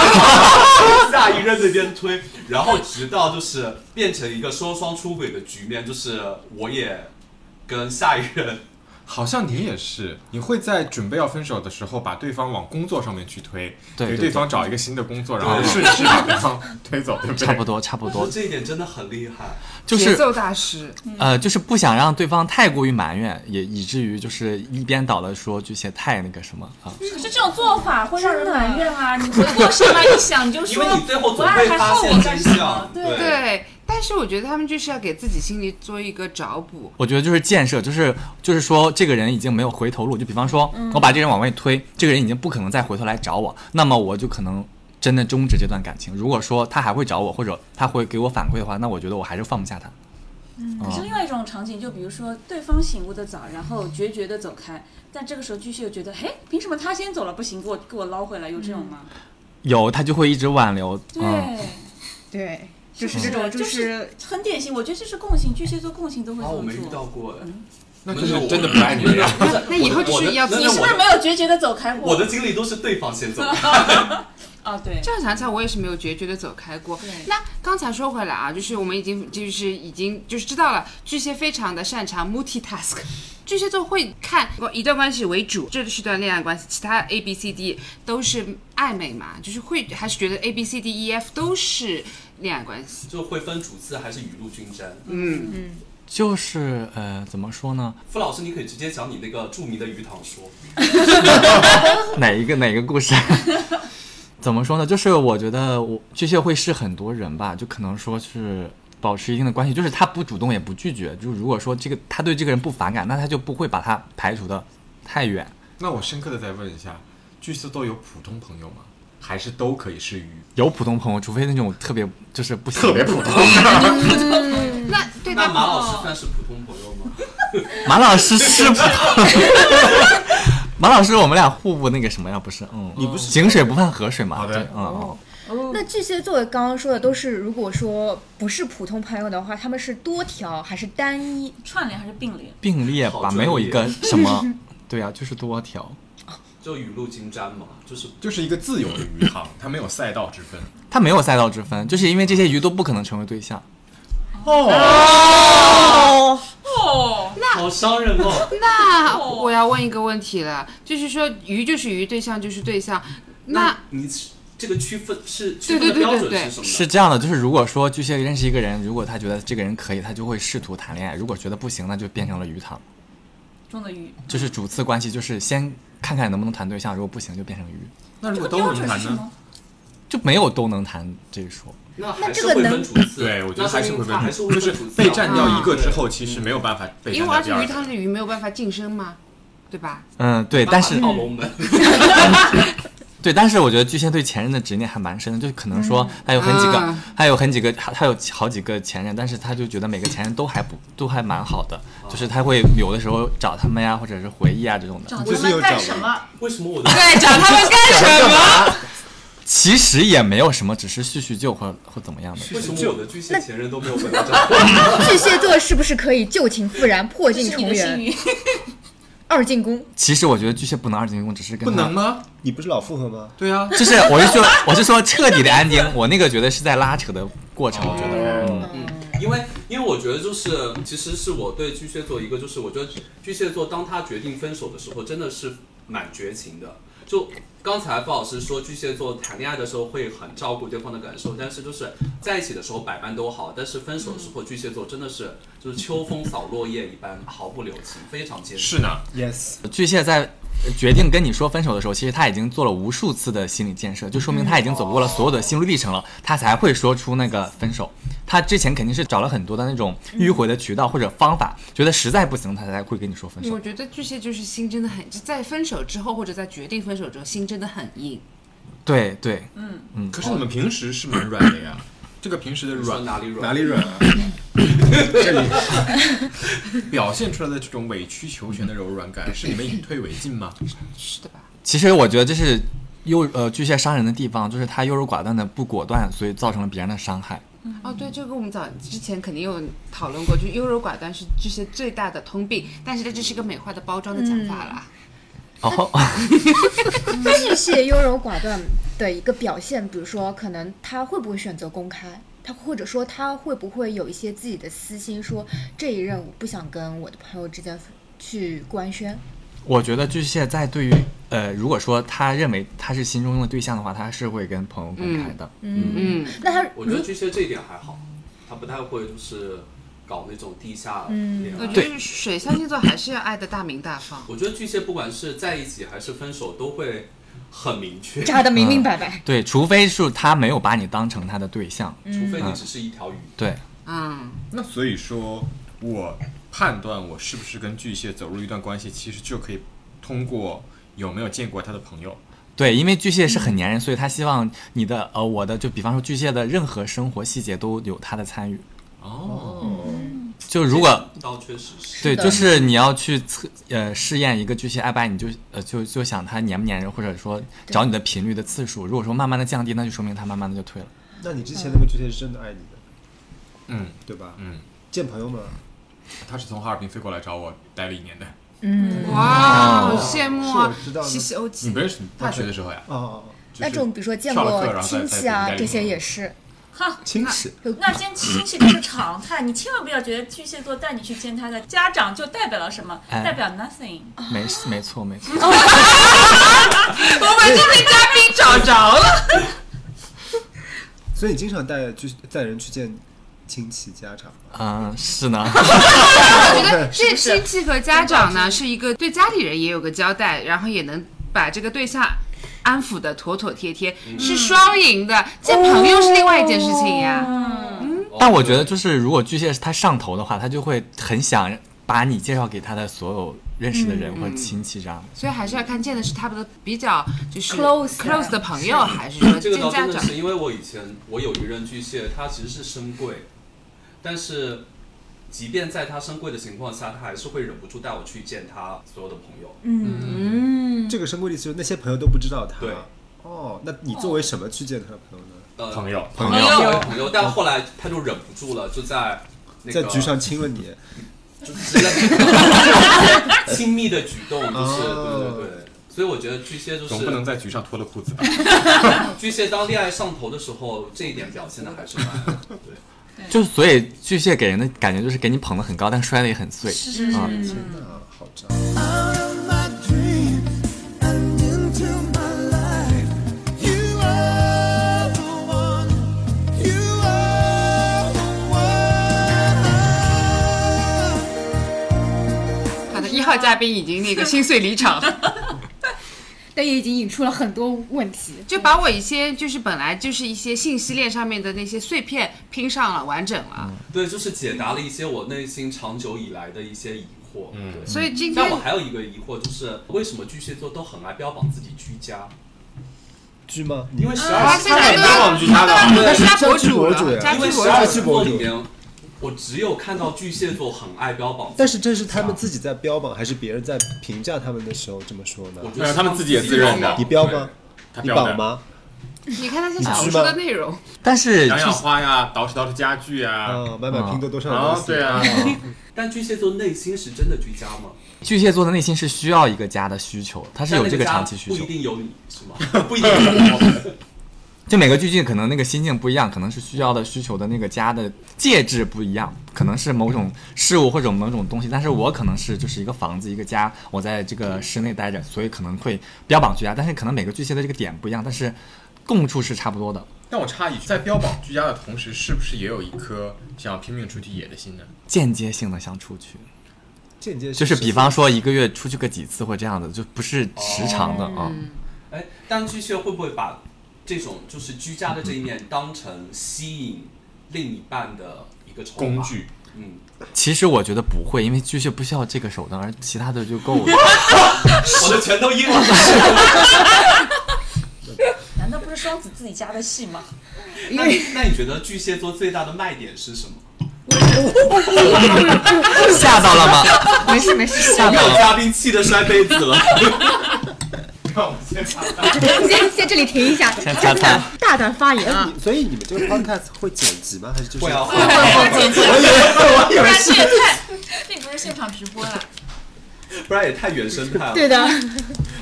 [SPEAKER 2] 往下一任那边推，然后直到就是变成一个双双出轨的局面，就是我也跟下一任
[SPEAKER 5] 好像你也是，你会在准备要分手的时候，把对方往工作上面去推，
[SPEAKER 6] 对
[SPEAKER 5] 给
[SPEAKER 6] 对
[SPEAKER 5] 对
[SPEAKER 6] 对
[SPEAKER 5] 方找一个新的工作，然后顺势把对方推
[SPEAKER 6] (laughs)
[SPEAKER 5] 走，对不对？
[SPEAKER 6] 差不多差不
[SPEAKER 2] 我觉
[SPEAKER 6] 多
[SPEAKER 2] 得，这一点真的很厉害。
[SPEAKER 6] 就
[SPEAKER 4] 节
[SPEAKER 6] 是
[SPEAKER 4] 奏大师，
[SPEAKER 6] 呃，就是不想让对方太过于埋怨，也以至于就是一边倒的说巨蟹太那个什么啊，
[SPEAKER 3] 可是这种做法会让人埋怨啊！你回过神来一想，你就
[SPEAKER 2] 因
[SPEAKER 3] 说
[SPEAKER 2] 为你最后
[SPEAKER 3] 我
[SPEAKER 2] 总
[SPEAKER 3] 爱
[SPEAKER 2] 会
[SPEAKER 3] 还
[SPEAKER 2] 发
[SPEAKER 3] 恨我
[SPEAKER 2] 现
[SPEAKER 3] 干
[SPEAKER 2] 真
[SPEAKER 3] 什么
[SPEAKER 2] 相？，
[SPEAKER 3] 对。
[SPEAKER 4] 对。但是我觉得他们就是要给自己心里做一个找补，
[SPEAKER 6] 我觉得就是建设，就是就是说这个人已经没有回头路。就比方说，我把这个人往外推，这个人已经不可能再回头来找我，那么我就可能真的终止这段感情。如果说他还会找我，或者他会给我反馈的话，那我觉得我还是放不下他。嗯
[SPEAKER 3] 可是另外一种场景，就比如说对方醒悟的早，然后决绝的走开，但这个时候巨蟹又觉得，嘿，凭什么他先走了不行，给我给我捞回来，有这种吗？
[SPEAKER 6] 有他就会一直挽留，
[SPEAKER 3] 对，
[SPEAKER 6] 嗯，
[SPEAKER 1] 对，就是是这种，
[SPEAKER 3] 就
[SPEAKER 1] 就是
[SPEAKER 3] 很典型，我觉得这是共性，巨蟹座共性都会
[SPEAKER 2] 啊，我没
[SPEAKER 3] 这
[SPEAKER 2] 遇
[SPEAKER 3] 么
[SPEAKER 2] 到
[SPEAKER 3] 做。
[SPEAKER 2] 过哎。
[SPEAKER 5] 那
[SPEAKER 2] 没
[SPEAKER 5] 就是
[SPEAKER 2] 有
[SPEAKER 5] 真的不爱你了呀。
[SPEAKER 2] 不是
[SPEAKER 4] 那以后就是要
[SPEAKER 2] 我的
[SPEAKER 4] 自
[SPEAKER 3] 你
[SPEAKER 2] 那
[SPEAKER 4] 己
[SPEAKER 3] 是不是
[SPEAKER 2] 我
[SPEAKER 3] 没
[SPEAKER 2] 的
[SPEAKER 3] 有决绝的走开过？
[SPEAKER 2] 我的经历都是对方先走，
[SPEAKER 3] 啊，对，
[SPEAKER 4] 这样想起来，我也是没有决绝的走开过
[SPEAKER 3] 对。
[SPEAKER 4] 那刚才说回来啊，就是我们已经就是已经就是知道了，巨蟹非常的擅长 multitask。巨蟹座会看一段关系为主，这是段恋爱关系，其他 A B C D 都是暧昧嘛，就是会还是觉得 A B C D E F 都是恋爱关系。
[SPEAKER 2] 就会分主次还是雨露均沾。
[SPEAKER 4] 嗯，
[SPEAKER 6] 就是呃，怎么说呢？
[SPEAKER 2] 傅老师，你可以直接讲你那个著名的鱼塘说，
[SPEAKER 6] 哪一个哪个故事？ (laughs) 怎么说呢？就是我觉得我巨蟹会是很多人吧，就可能说是保持一定的关系，就是他不主动也不拒绝，就是如果说这个他对这个人不反感，那他就不会把他排除的太远。
[SPEAKER 5] 那我深刻的再问一下，巨蟹座有普通朋友吗？还是都可以是鱼？
[SPEAKER 6] 有普通朋友，除非那种特别就是不行
[SPEAKER 5] 特别普通。
[SPEAKER 4] 那对
[SPEAKER 2] 那
[SPEAKER 4] 他
[SPEAKER 2] 马老师算是普通朋友吗？
[SPEAKER 6] 马老师是普通。 (laughs) 马老师，我们俩互不那个什么呀？不是，嗯，你不是井水不犯河水嘛？
[SPEAKER 5] 好的
[SPEAKER 6] 对，嗯嗯。
[SPEAKER 1] 那巨蟹座刚刚说的都是，如果说不是普通朋友的话，他们是多条还是单一？
[SPEAKER 3] 串联还是并联？
[SPEAKER 6] 并列
[SPEAKER 2] 好
[SPEAKER 6] 吧，
[SPEAKER 2] 专
[SPEAKER 6] 没有
[SPEAKER 2] 业
[SPEAKER 6] 一个什么， (laughs) 对啊，就是多条。
[SPEAKER 2] 就雨露均沾嘛，就是
[SPEAKER 5] 就是一个自由的鱼塘，它没有赛道之分。
[SPEAKER 6] 他没有赛道之分，就是因为这些鱼都不可能成为对象。
[SPEAKER 3] 哦，
[SPEAKER 2] 好伤人哦。
[SPEAKER 4] 那我要问一个问题了，就是说鱼就是鱼，对象就是对象，那
[SPEAKER 2] 你这个区分是区分
[SPEAKER 4] 对
[SPEAKER 2] 的
[SPEAKER 4] 对对
[SPEAKER 2] 标准
[SPEAKER 4] 对对
[SPEAKER 2] 是什么呢？
[SPEAKER 6] 是这样的，就是如果说巨蟹认识一个人，如果他觉得这个人可以，他就会试图谈恋爱；如果觉得不行，那就变成了鱼塘，
[SPEAKER 3] 中的鱼，
[SPEAKER 6] 就是主次关系，就是先看看能不能谈对象，如果不行就变成鱼，
[SPEAKER 5] 那如
[SPEAKER 3] 这
[SPEAKER 5] 果
[SPEAKER 3] 个
[SPEAKER 5] 都
[SPEAKER 3] 标
[SPEAKER 5] 能
[SPEAKER 3] 准
[SPEAKER 5] 谈
[SPEAKER 3] 是什
[SPEAKER 5] 呢？
[SPEAKER 3] 么？
[SPEAKER 6] 就没有都能谈这一说。
[SPEAKER 2] 那还
[SPEAKER 1] 这
[SPEAKER 2] 是
[SPEAKER 1] 个
[SPEAKER 2] 会
[SPEAKER 1] 能
[SPEAKER 2] 分主次，
[SPEAKER 5] 对，我觉得
[SPEAKER 2] 那
[SPEAKER 5] 还是
[SPEAKER 2] 说
[SPEAKER 5] 会
[SPEAKER 2] 明
[SPEAKER 5] 被
[SPEAKER 2] 他还是会
[SPEAKER 5] 就
[SPEAKER 2] 分
[SPEAKER 5] 是
[SPEAKER 2] 主次啊嗯
[SPEAKER 5] 被占掉一个之
[SPEAKER 2] 对
[SPEAKER 5] 后，其实没有办法被
[SPEAKER 4] 因
[SPEAKER 5] 占
[SPEAKER 4] 为
[SPEAKER 5] 掉
[SPEAKER 4] 而
[SPEAKER 5] 第
[SPEAKER 4] 且
[SPEAKER 5] 二
[SPEAKER 4] 鱼塘
[SPEAKER 5] 个。
[SPEAKER 4] 里的鱼没有办法晋升嘛，对吧？
[SPEAKER 6] 嗯，对，但是
[SPEAKER 2] 澳门门，
[SPEAKER 5] (laughs)
[SPEAKER 6] 对，但是我觉得巨蟹对前任的执念还蛮深的，就是可能
[SPEAKER 5] 嗯
[SPEAKER 6] 说他有很几个，
[SPEAKER 4] 啊
[SPEAKER 6] 他有很几个，他他有好几个前任，但是他就觉得每个前任都还不都还蛮好的，就是他会有的时候找他们呀，或者是回忆啊这种的。
[SPEAKER 3] 找
[SPEAKER 7] 就
[SPEAKER 3] 他
[SPEAKER 7] 是有
[SPEAKER 3] 们
[SPEAKER 7] 找
[SPEAKER 3] 干什么？
[SPEAKER 2] 为什么我的
[SPEAKER 4] 对，找他们干什么？
[SPEAKER 6] 其实也没有什么，只是叙叙旧或或怎么样的。
[SPEAKER 2] 为什么我的巨蟹前任都没有回到这儿？
[SPEAKER 4] (laughs)
[SPEAKER 1] (laughs) 巨蟹座是不是可以旧情复燃、破
[SPEAKER 3] 这
[SPEAKER 1] 镜
[SPEAKER 3] 是你
[SPEAKER 1] 重
[SPEAKER 3] 的幸
[SPEAKER 1] 圆、
[SPEAKER 3] 运。
[SPEAKER 1] 二进宫？
[SPEAKER 6] 其实我觉得巨蟹不能二进宫，只是跟
[SPEAKER 5] 不
[SPEAKER 6] 他
[SPEAKER 5] 能，吗？
[SPEAKER 7] 你不是老复合吗？
[SPEAKER 5] 对啊，
[SPEAKER 6] 就是我是说我是说彻底的安定，我那个觉得是在拉扯的过程，我觉得嗯
[SPEAKER 2] 因为因为我觉得就是，其实是我对巨蟹座一个就是，我觉得巨蟹座当他决定分手的时候，真的是蛮绝情的。就刚才傅老师说，巨蟹座谈恋爱的时候会很照顾对方的感受，但是就是在一起的时候百般都好，但是分手之
[SPEAKER 4] 嗯
[SPEAKER 2] 后，巨蟹座真的是就是秋风扫落叶一般，毫不留情，非常坚持。
[SPEAKER 5] 是呢。
[SPEAKER 7] Yes，
[SPEAKER 6] 巨蟹在呃决定跟你说分手的时候，其实他已经做了无数次的心理建设，就说明他已经走过了所有的心路历程了，他才会说出那个分手。他之前肯定是找了很多的那种迂回的渠道或者方法，觉得实在不行，他才会跟你说分手
[SPEAKER 4] 我。觉得巨蟹就是心真的很，就在分手之后或者在决定分手之后，心真的很硬。
[SPEAKER 6] 对对，
[SPEAKER 5] 可是你们平时是蛮软的呀，这个平时的
[SPEAKER 2] 你说
[SPEAKER 5] 软
[SPEAKER 2] 哪里软？
[SPEAKER 7] 哪里软啊？
[SPEAKER 5] 表现出来的这种委曲求全的柔软感，是你们以退为进吗？
[SPEAKER 4] 是的吧？
[SPEAKER 6] 其实我觉得这是优呃巨蟹伤人的地方，就是他优柔寡断的不果断，所以造成了别人的伤害。
[SPEAKER 4] 哦，对，这个我们早之前肯定有讨论过，就优柔寡断是巨蟹最大的通病，但是这只是个美化的包装的讲法啦。
[SPEAKER 6] 哦，
[SPEAKER 1] 巨蟹优柔寡断的一个表现，比如说，可能他会不会选择公开，他或者说他会不会有一些自己的私心，说这一任我不想跟我的朋友之间去官宣？
[SPEAKER 6] (laughs) 我觉得巨蟹在对于呃，如果说他认为他是心中的对象的话，他是会跟朋友分开的。
[SPEAKER 4] 嗯，
[SPEAKER 1] 那他
[SPEAKER 2] 我觉得
[SPEAKER 1] 如
[SPEAKER 2] 巨蟹这一点还好，他不太会就是搞那种地下恋
[SPEAKER 4] 嗯我
[SPEAKER 2] 爱。
[SPEAKER 4] 觉得水象星座还是要爱的大明大方。
[SPEAKER 2] 我觉得巨蟹不管是在一起还是分手，都会很明确，
[SPEAKER 1] 扎得明
[SPEAKER 5] 啊
[SPEAKER 1] 明白白，
[SPEAKER 6] 对，除非是他没有把你当成他的对象。
[SPEAKER 2] 除非
[SPEAKER 5] 嗯
[SPEAKER 2] 你只是一条鱼。
[SPEAKER 6] 对，
[SPEAKER 4] 嗯，
[SPEAKER 5] 那所以说，我判断我是不是跟巨蟹走入一段关系，其实就可以通过有没有见过他的朋友。
[SPEAKER 6] 对，因为巨蟹是很粘人，所以他希望你的呃我的，就比方说巨蟹的任何生活细节都有他的参与。
[SPEAKER 5] 哦，
[SPEAKER 6] 就如果
[SPEAKER 2] 倒确实是，
[SPEAKER 6] 对，
[SPEAKER 1] 的
[SPEAKER 6] 就是你要去测呃试验一个巨蟹爱不爱你就，呃就就想他粘不粘人，或者说找你的频率的次数。如果说慢慢的降低，那就说明他慢慢的就退了。
[SPEAKER 9] 那你之前那个巨蟹是真的爱你的，
[SPEAKER 5] 嗯
[SPEAKER 9] 对吧？
[SPEAKER 5] 嗯，
[SPEAKER 9] 见朋友嘛，
[SPEAKER 5] 他是从哈尔滨飞过来找我待了一年的。
[SPEAKER 1] 嗯，
[SPEAKER 4] 哇，好羡慕啊
[SPEAKER 9] 是我知道！的
[SPEAKER 4] 西西欧
[SPEAKER 5] 你
[SPEAKER 4] 记
[SPEAKER 5] 不认识？你大学的时候呀？
[SPEAKER 9] 哦，
[SPEAKER 5] 就是
[SPEAKER 1] 那种比如说见
[SPEAKER 5] 上了课
[SPEAKER 1] 过
[SPEAKER 5] 然后
[SPEAKER 1] 亲
[SPEAKER 5] 再
[SPEAKER 1] 戚啊
[SPEAKER 5] 再
[SPEAKER 1] 这些也是，
[SPEAKER 9] 亲戚，
[SPEAKER 3] 那见亲戚都是常态，你千万不要觉得巨蟹座带你去见他的家长就代表了什么，
[SPEAKER 6] 哎
[SPEAKER 3] 代表 nothing。
[SPEAKER 6] 没事没错没错。
[SPEAKER 4] 我把这位嘉宾找着了。
[SPEAKER 9] 所以你经常带巨带人去见亲戚家长哦嘛？
[SPEAKER 6] 嗯，是呢，
[SPEAKER 4] (laughs) 我觉
[SPEAKER 2] (laughs)
[SPEAKER 4] 得这亲戚和家长呢，是一个对家里人也有个交代，然后也能把这个对象。安抚的妥妥帖帖
[SPEAKER 2] 嗯
[SPEAKER 4] 是双赢的，见朋友是另外一件事情
[SPEAKER 2] 哦
[SPEAKER 4] 呀。
[SPEAKER 3] 嗯
[SPEAKER 6] 但我觉得就是如果巨蟹是他上头的话，他就会很想把你介绍给他的所有认识的人
[SPEAKER 2] 嗯
[SPEAKER 6] 或者亲戚这样。
[SPEAKER 4] 所以还是要看见的是他们的比较就是
[SPEAKER 1] Close 的
[SPEAKER 4] close 的朋友，还是说
[SPEAKER 2] 这
[SPEAKER 4] 见
[SPEAKER 2] 个倒
[SPEAKER 4] 家
[SPEAKER 2] 真的
[SPEAKER 4] 长？
[SPEAKER 2] 是因为我以前我有一任巨蟹，他其实是深贵，但是即便在他深贵的情况下，他还是会忍不住带我去见他所有的朋友。
[SPEAKER 3] 嗯
[SPEAKER 9] 这个深闺的意思就是那些朋友都不知道他
[SPEAKER 2] 对。
[SPEAKER 9] 哦，那你作为什么去见他的朋友呢？
[SPEAKER 2] 呃，
[SPEAKER 5] 朋友，
[SPEAKER 2] 朋友作为朋友，但后来他就忍不住了，就在那个
[SPEAKER 9] 在局上亲了你，
[SPEAKER 2] 就之类的 (laughs) 亲密的举动，就是对
[SPEAKER 9] 哦
[SPEAKER 2] 对对。所以我觉得巨蟹就
[SPEAKER 5] 总不能
[SPEAKER 2] 是
[SPEAKER 5] 在局上脱了裤 (laughs) 子吧？
[SPEAKER 2] 巨蟹，当恋爱上头的时候，这一点表现的还是蛮对。
[SPEAKER 6] 就是所以巨蟹给人的感觉就是给你捧得很高，但摔得也很碎。
[SPEAKER 3] 是
[SPEAKER 6] 啊
[SPEAKER 9] 天哪，好渣！
[SPEAKER 8] Out of my dreams and into my life, you are the one. You are the one.
[SPEAKER 4] 好的，一号嘉宾已经那个心碎离场，
[SPEAKER 2] (laughs)
[SPEAKER 1] 但也已经引出了很多问题。
[SPEAKER 4] 就把我一些就是本来就是一些信息链上面的那些碎片拼上了，完整了。
[SPEAKER 2] 对，就是解答了一些我内心长久以来的一些疑惑。嗯，对。
[SPEAKER 4] 所以今天
[SPEAKER 2] 但我还有一个疑惑，就是为什么巨蟹座都很爱标榜自己居家？
[SPEAKER 9] 居吗？
[SPEAKER 5] 因为十
[SPEAKER 4] 哇，
[SPEAKER 5] 二
[SPEAKER 4] 现在都
[SPEAKER 5] 标
[SPEAKER 4] 要
[SPEAKER 5] 榜居家 (laughs) 的，
[SPEAKER 4] 都要啊加博
[SPEAKER 9] 主
[SPEAKER 4] 主
[SPEAKER 9] 博主
[SPEAKER 4] 了，
[SPEAKER 9] 呀
[SPEAKER 4] 加
[SPEAKER 2] 因
[SPEAKER 4] 博
[SPEAKER 2] 为
[SPEAKER 4] 主
[SPEAKER 2] 十二
[SPEAKER 9] 家
[SPEAKER 2] 星
[SPEAKER 9] 居
[SPEAKER 2] 座
[SPEAKER 9] 博
[SPEAKER 2] 里
[SPEAKER 9] 主
[SPEAKER 2] 面，我只有看到巨蟹座很爱标榜自己，
[SPEAKER 9] 但是这是他们自己在标榜，还是别人在评价他们的时候这么说呢
[SPEAKER 2] 我？觉
[SPEAKER 5] 没
[SPEAKER 2] 得
[SPEAKER 5] 有他们自己也自认的
[SPEAKER 9] 你标吗？
[SPEAKER 5] 他
[SPEAKER 9] 你
[SPEAKER 5] 标
[SPEAKER 9] 榜
[SPEAKER 5] 的
[SPEAKER 9] 吗？
[SPEAKER 4] 你看那些小
[SPEAKER 9] 你
[SPEAKER 4] 红
[SPEAKER 9] 吃
[SPEAKER 4] 书的
[SPEAKER 9] 吗
[SPEAKER 4] 内容，
[SPEAKER 6] 但是巨
[SPEAKER 5] 养养花呀，捯饬捯饬家具呀。
[SPEAKER 9] 啊，买买拼多多上的
[SPEAKER 5] 啊
[SPEAKER 9] 东，西
[SPEAKER 5] 对啊，
[SPEAKER 2] (laughs) 但巨蟹座内心是真的居家吗？
[SPEAKER 6] 巨蟹座的内心是需要一个家的需求，他是有这
[SPEAKER 2] 但那个家
[SPEAKER 6] 长期需
[SPEAKER 2] 不
[SPEAKER 6] 求
[SPEAKER 2] 一。定有你是吗？ (laughs) 不一定有我。
[SPEAKER 6] 就每个剧境可能那个心境不一样，可能是需要的需求的那个家的介质不一样，可能是某种事物或者某种东西，但是我可能是就是一个房子一个家，我在这个室内待着，所以可能会标榜居家，啊但是可能每个巨蟹的这个点不一样，但是共处是差不多的。
[SPEAKER 5] 但我插一句，在标榜居家的同时，是不是也有一颗想要拼命出去野的心呢？
[SPEAKER 6] 间接性的想出去，
[SPEAKER 9] 间接
[SPEAKER 6] 就是比方说一个月出去个几次或这样的，就不是时长的啊。
[SPEAKER 2] 哎，但巨蟹会不会把这种就是居家的这一面当成吸引另一半的一个筹码
[SPEAKER 5] 工？具，
[SPEAKER 2] 嗯，
[SPEAKER 6] 其实我觉得不会，因为巨蟹不需要这个手段，而其他的就够了。 (laughs)
[SPEAKER 2] 我的全都阴了。
[SPEAKER 3] 难道不是双子自己家的戏吗？
[SPEAKER 2] 那你那你觉得巨蟹座最大的卖点是什 (laughs) 么？
[SPEAKER 6] 吓到了吗？
[SPEAKER 1] 没事没
[SPEAKER 4] (laughs)
[SPEAKER 1] 事，
[SPEAKER 6] 吓到
[SPEAKER 2] 有
[SPEAKER 6] 了。
[SPEAKER 2] 嘉宾气得摔杯子 (laughs) 了。
[SPEAKER 1] 先先这里停一下，
[SPEAKER 6] 先擦擦。
[SPEAKER 1] 大胆发言。啊 (laughs)
[SPEAKER 5] 嗯
[SPEAKER 9] 哎，你所以你们这个 podcast 会剪辑吗？还是就是
[SPEAKER 2] 会啊会 (laughs)
[SPEAKER 3] 会会会
[SPEAKER 9] 我以为我以为
[SPEAKER 3] 但是
[SPEAKER 9] 是
[SPEAKER 3] 啊 (laughs) 也太，那不是现场直播啦。
[SPEAKER 2] 不然也太原生态了。
[SPEAKER 1] 对的，
[SPEAKER 2] (laughs)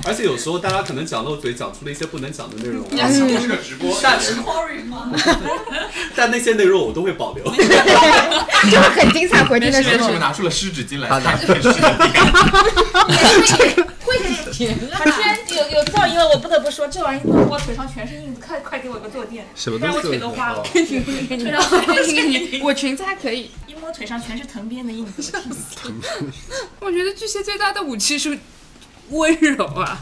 [SPEAKER 2] 而且有时候大家可能讲漏嘴，讲出了一些不能讲的内容，啊
[SPEAKER 5] 这是个直播，
[SPEAKER 2] 但但那些内容我都会保留。
[SPEAKER 1] 就 (laughs) 会很精彩。回听的时
[SPEAKER 5] 但是
[SPEAKER 1] 候
[SPEAKER 5] 我，们拿出了湿纸巾来擦电视。
[SPEAKER 3] 啊，居然有有噪音了，我不得不说，这玩意弄得我腿上全是印子，快快给我个坐垫，
[SPEAKER 9] 什么啊
[SPEAKER 3] 不然我
[SPEAKER 9] 都
[SPEAKER 3] 腿
[SPEAKER 9] 是
[SPEAKER 3] 都花了。
[SPEAKER 4] 你
[SPEAKER 3] 让我看见
[SPEAKER 4] 我裙子还可以。
[SPEAKER 3] (laughs) 一摸腿上全是藤编的印子，
[SPEAKER 4] 我觉得巨蟹最大的武器是温柔啊，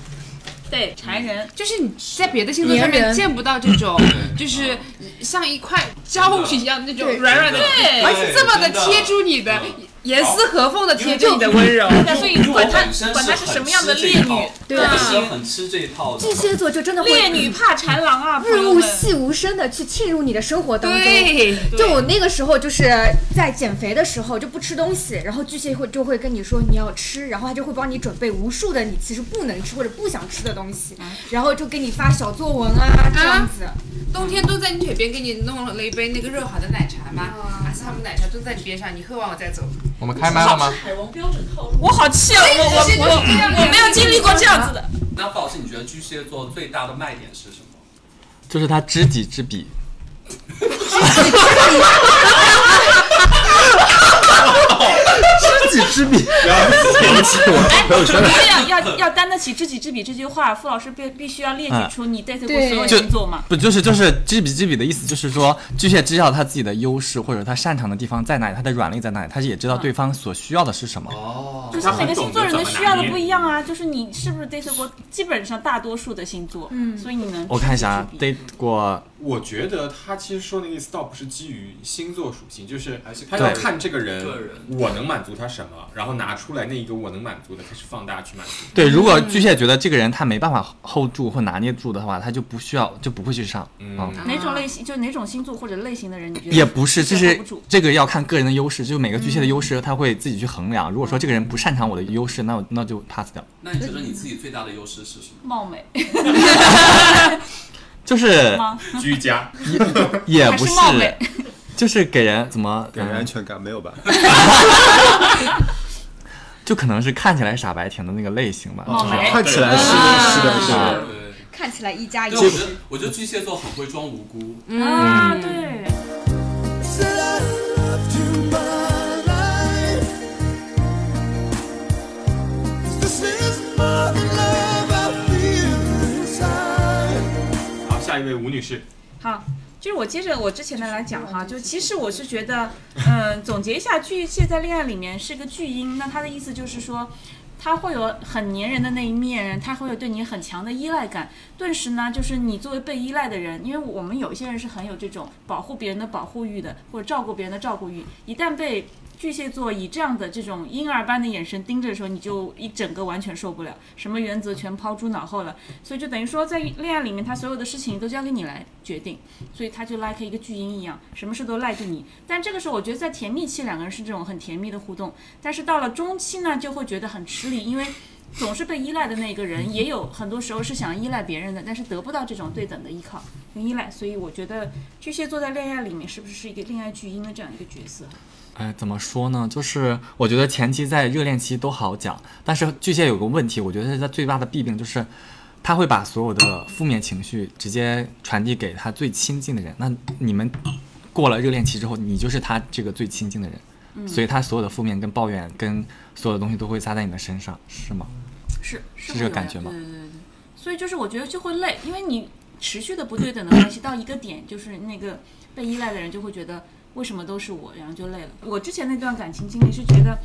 [SPEAKER 3] 对，缠 (laughs) 人。
[SPEAKER 4] 就是你在别的星座上
[SPEAKER 1] 粘
[SPEAKER 4] 面
[SPEAKER 1] 人
[SPEAKER 4] 见不到这
[SPEAKER 1] (laughs)
[SPEAKER 4] 种，就是像一块胶一样那种软软的，
[SPEAKER 2] 对
[SPEAKER 4] 而且这么的
[SPEAKER 2] 真的
[SPEAKER 4] 贴住你的
[SPEAKER 2] 嗯，
[SPEAKER 4] 严丝合缝的
[SPEAKER 3] 哦
[SPEAKER 4] 贴住你的
[SPEAKER 2] 因为就
[SPEAKER 4] 温柔。
[SPEAKER 3] 对，啊所以
[SPEAKER 2] 因为
[SPEAKER 3] 管
[SPEAKER 2] 我
[SPEAKER 3] 他
[SPEAKER 2] 本身
[SPEAKER 3] 管他
[SPEAKER 2] 是
[SPEAKER 3] 什么样的烈女，
[SPEAKER 2] 对
[SPEAKER 1] 啊
[SPEAKER 2] 我是很吃这一套的
[SPEAKER 1] 巨。蟹座就真的会
[SPEAKER 3] 烈女怕缠郎啊，朋友
[SPEAKER 1] 入
[SPEAKER 3] 们。
[SPEAKER 1] 戏无声的去沁入你的生活当中。
[SPEAKER 4] 对，
[SPEAKER 1] 就我那个时候就是在减肥的时候就不吃东西，然后巨蟹会就会跟你说你要吃，然后他就会帮你准备无数的你其实不能吃或者不想吃的东西，然后就给你发小作文啊这样子。
[SPEAKER 4] 冬天蹲在你腿边，给你弄了一杯那个热好的奶茶嘛，
[SPEAKER 3] 嗯
[SPEAKER 4] 马斯他姆奶茶蹲在你边上，你喝完我再走。
[SPEAKER 6] 我们开麦了吗？
[SPEAKER 3] 啊我好气啊！我我我我没有经历过这样子的。
[SPEAKER 2] 那傅老师，你觉得巨蟹座最大的卖点是什么？
[SPEAKER 6] 就是他知己知彼，
[SPEAKER 9] 知己知彼，不要嫌弃我。朋友
[SPEAKER 3] (laughs)
[SPEAKER 9] 圈
[SPEAKER 3] 这样要要担得起知己知彼这句话，傅老师必必须要列举出你 date 过所有
[SPEAKER 6] 就
[SPEAKER 3] 星座嘛？
[SPEAKER 6] 不就是就是知彼知彼的意思，就是说巨蟹知道他自己的优势或者他擅长的地方在哪里，他的软肋在哪里，他也知道对方所需要的是什么。
[SPEAKER 2] 哦，
[SPEAKER 3] 就是每个星座人的需要的不一样啊，就是你是不是 date 过基本上大多数的星座，嗯，所以你能
[SPEAKER 6] 我看一下啊
[SPEAKER 3] 知己知彼
[SPEAKER 6] ，date 过
[SPEAKER 5] 我觉得他其实说那个意思倒不是基于星座属性，就是
[SPEAKER 2] 还是
[SPEAKER 5] 他要
[SPEAKER 6] 对
[SPEAKER 5] 看这个人
[SPEAKER 2] 个人，
[SPEAKER 5] 我能满足他什么，然后拿出来那一个我能满足的，开始放大去满足。
[SPEAKER 6] 对，如果巨蟹觉得这个人他没办法 hold 住或拿捏住的话，他就不需要就不会去上，
[SPEAKER 5] 嗯
[SPEAKER 6] 嗯
[SPEAKER 3] 哪种类型，就哪种星座或者类型的人，你觉得
[SPEAKER 6] 也不是，这
[SPEAKER 3] 接
[SPEAKER 6] 是
[SPEAKER 3] 受不住嗯
[SPEAKER 6] 这个要看个人的优势，就是每个巨蟹的优势他会自己去衡量。如果说这个人不擅长我的优势，那我那就 pass 掉。
[SPEAKER 2] 那你觉得你自己最大的优势是什么？
[SPEAKER 3] 貌美
[SPEAKER 6] 就是
[SPEAKER 3] 吗？
[SPEAKER 5] 居 (laughs) 家，
[SPEAKER 6] 也
[SPEAKER 3] 还
[SPEAKER 6] 不
[SPEAKER 3] 是冒昧
[SPEAKER 6] 就是给人怎么
[SPEAKER 9] 给人
[SPEAKER 6] 嗯
[SPEAKER 9] 安全感没有吧？
[SPEAKER 6] 就可能是看起来傻白甜的那个类型吧。
[SPEAKER 3] 冒
[SPEAKER 6] 就是
[SPEAKER 3] 昧
[SPEAKER 9] 看起来是的，
[SPEAKER 3] 嗯
[SPEAKER 9] 是的，是的。
[SPEAKER 2] 对。
[SPEAKER 1] 看起来一加一
[SPEAKER 2] 对，我觉得我觉得巨蟹座很会装无辜，
[SPEAKER 3] 啊，对，
[SPEAKER 8] Said I loved you, my life. This is more than love I feel inside.
[SPEAKER 5] 好，下一位吴女士，
[SPEAKER 3] 好，就是我接着我之前的来讲哈，就其实我是觉得，嗯、总结一下，巨蟹在恋爱里面是个巨婴，那他的意思就是说。他会有很粘人的那一面，他会有对你很强的依赖感。顿时呢，就是你作为被依赖的人，因为我们有一些人是很有这种保护别人的保护欲的，或者照顾别人的照顾欲。一旦被巨蟹座以这样的这种婴儿般的眼神盯着的时候，你就一整个完全受不了，什么原则全抛诸脑后了。所以就等于说，在恋爱里面，他所有的事情都交给你来决定。所以他就 like 一个巨婴一样，什么事都赖着你。但这个时候，我觉得在甜蜜期，两个人是这种很甜蜜的互动，但是到了中期呢，就会觉得很吃力，因为总是被依赖的那个人，也有很多时候是想依赖别人的，但是得不到这种对等的依靠跟依赖。所以我觉得巨蟹座在恋爱里面是不是是一个恋爱巨婴的这样一个角色？
[SPEAKER 6] 哎，怎么说呢？就是我觉得前期在热恋期都好讲，但是巨蟹有个问题，我觉得是他最大的弊病就是，他会把所有的负面情绪直接传递给他最亲近的人。那你们过了热恋期之后，你就是他这个最亲近的人，所以他所有的负面跟抱怨跟所有的东西都会撒在你的身上，是吗？
[SPEAKER 3] 是是
[SPEAKER 6] 是
[SPEAKER 3] 会
[SPEAKER 6] 这个
[SPEAKER 3] 有
[SPEAKER 6] 感
[SPEAKER 3] 的
[SPEAKER 6] 觉吗
[SPEAKER 3] 对对对对。所以就是我觉得就会累，因为你持续的不对等的关系到一个点，就是那个被依赖的人就会觉得为什么都是我，然后就累了。我之前那段感情经历是觉得。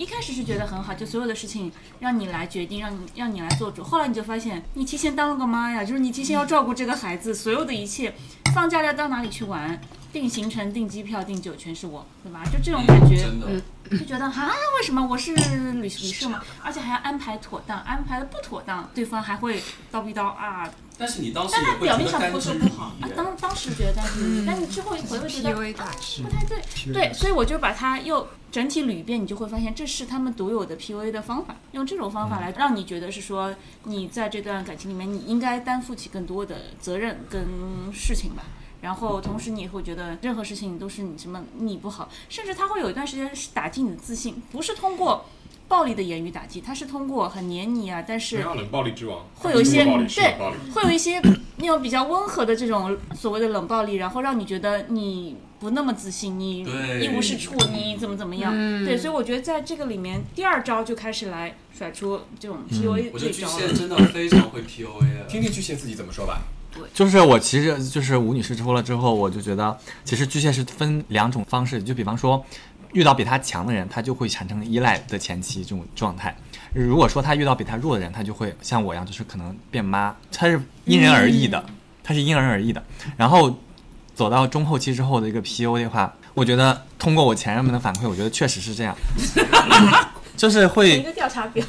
[SPEAKER 3] 一开始是觉得很好，就所有的事情让你来决定，让你让你来做主。后来你就发现，你提前当了个妈呀，就是你提前要照顾这个孩子，所有的一切，放假要到哪里去玩，订行程、订机票、订酒，全是我，对吧？就这种嗯感觉，
[SPEAKER 2] 嗯真的。
[SPEAKER 3] 就觉得啊，为什么我是旅旅社嘛，而且还要安排妥当，安排的不妥当，对方还会叨逼叨啊。
[SPEAKER 2] 但是你当时
[SPEAKER 3] 当
[SPEAKER 2] 也
[SPEAKER 3] 然
[SPEAKER 2] 会
[SPEAKER 3] 表
[SPEAKER 2] 觉得
[SPEAKER 3] 面上不
[SPEAKER 2] 甘
[SPEAKER 3] 会说
[SPEAKER 2] 之
[SPEAKER 3] 不
[SPEAKER 2] 如
[SPEAKER 3] 好啊，
[SPEAKER 2] 饴。
[SPEAKER 3] 当当时觉得甘之如饴，但你之后一回味觉得
[SPEAKER 4] 大师
[SPEAKER 3] 不太对，对，所以我就把它又整体捋一遍，你就会发现这是他们独有的 PUA 的方法，用这种方法来让你觉得是说你在这段感情里面你应该担负起更多的责任跟事情吧。然后同时你也会觉得任何事情都是你什么你不好，甚至他会有一段时间是打击你的自信，不是通过暴力的言语打击，它是通过很黏你啊，但
[SPEAKER 5] 没
[SPEAKER 3] 是
[SPEAKER 5] 有冷暴力之王，啊
[SPEAKER 3] 会有一些
[SPEAKER 5] 冷暴力是
[SPEAKER 3] 对
[SPEAKER 5] 冷暴力，
[SPEAKER 3] 会有一些那种比较温和的这种所谓的冷暴力，然后让你觉得你不那么自信，你
[SPEAKER 2] 对
[SPEAKER 3] 一无是处，你怎么怎么样？对，所以我觉得在这个里面，第二招就开始来甩出这种 PUA
[SPEAKER 2] 嗯我觉
[SPEAKER 3] 这
[SPEAKER 2] 得巨
[SPEAKER 3] 招
[SPEAKER 2] 蟹
[SPEAKER 3] 了。
[SPEAKER 2] 真的非常会 PUA，哎
[SPEAKER 5] 听听巨蟹自己怎么说吧。
[SPEAKER 6] 就是我其实就是吴女士说了之后，我就觉得其实巨蟹是分两种方式，就比方说遇到比他强的人，他就会产生依赖的前期这种状态；如果说他遇到比他弱的人，他就会像我一样，就是可能变妈，他是因人而异的，他是因人而异的。然后走到中后期之后的一个 PU 的话，我觉得通过我前任们的反馈，我觉得确实是这样，就是会
[SPEAKER 3] 一个调查表，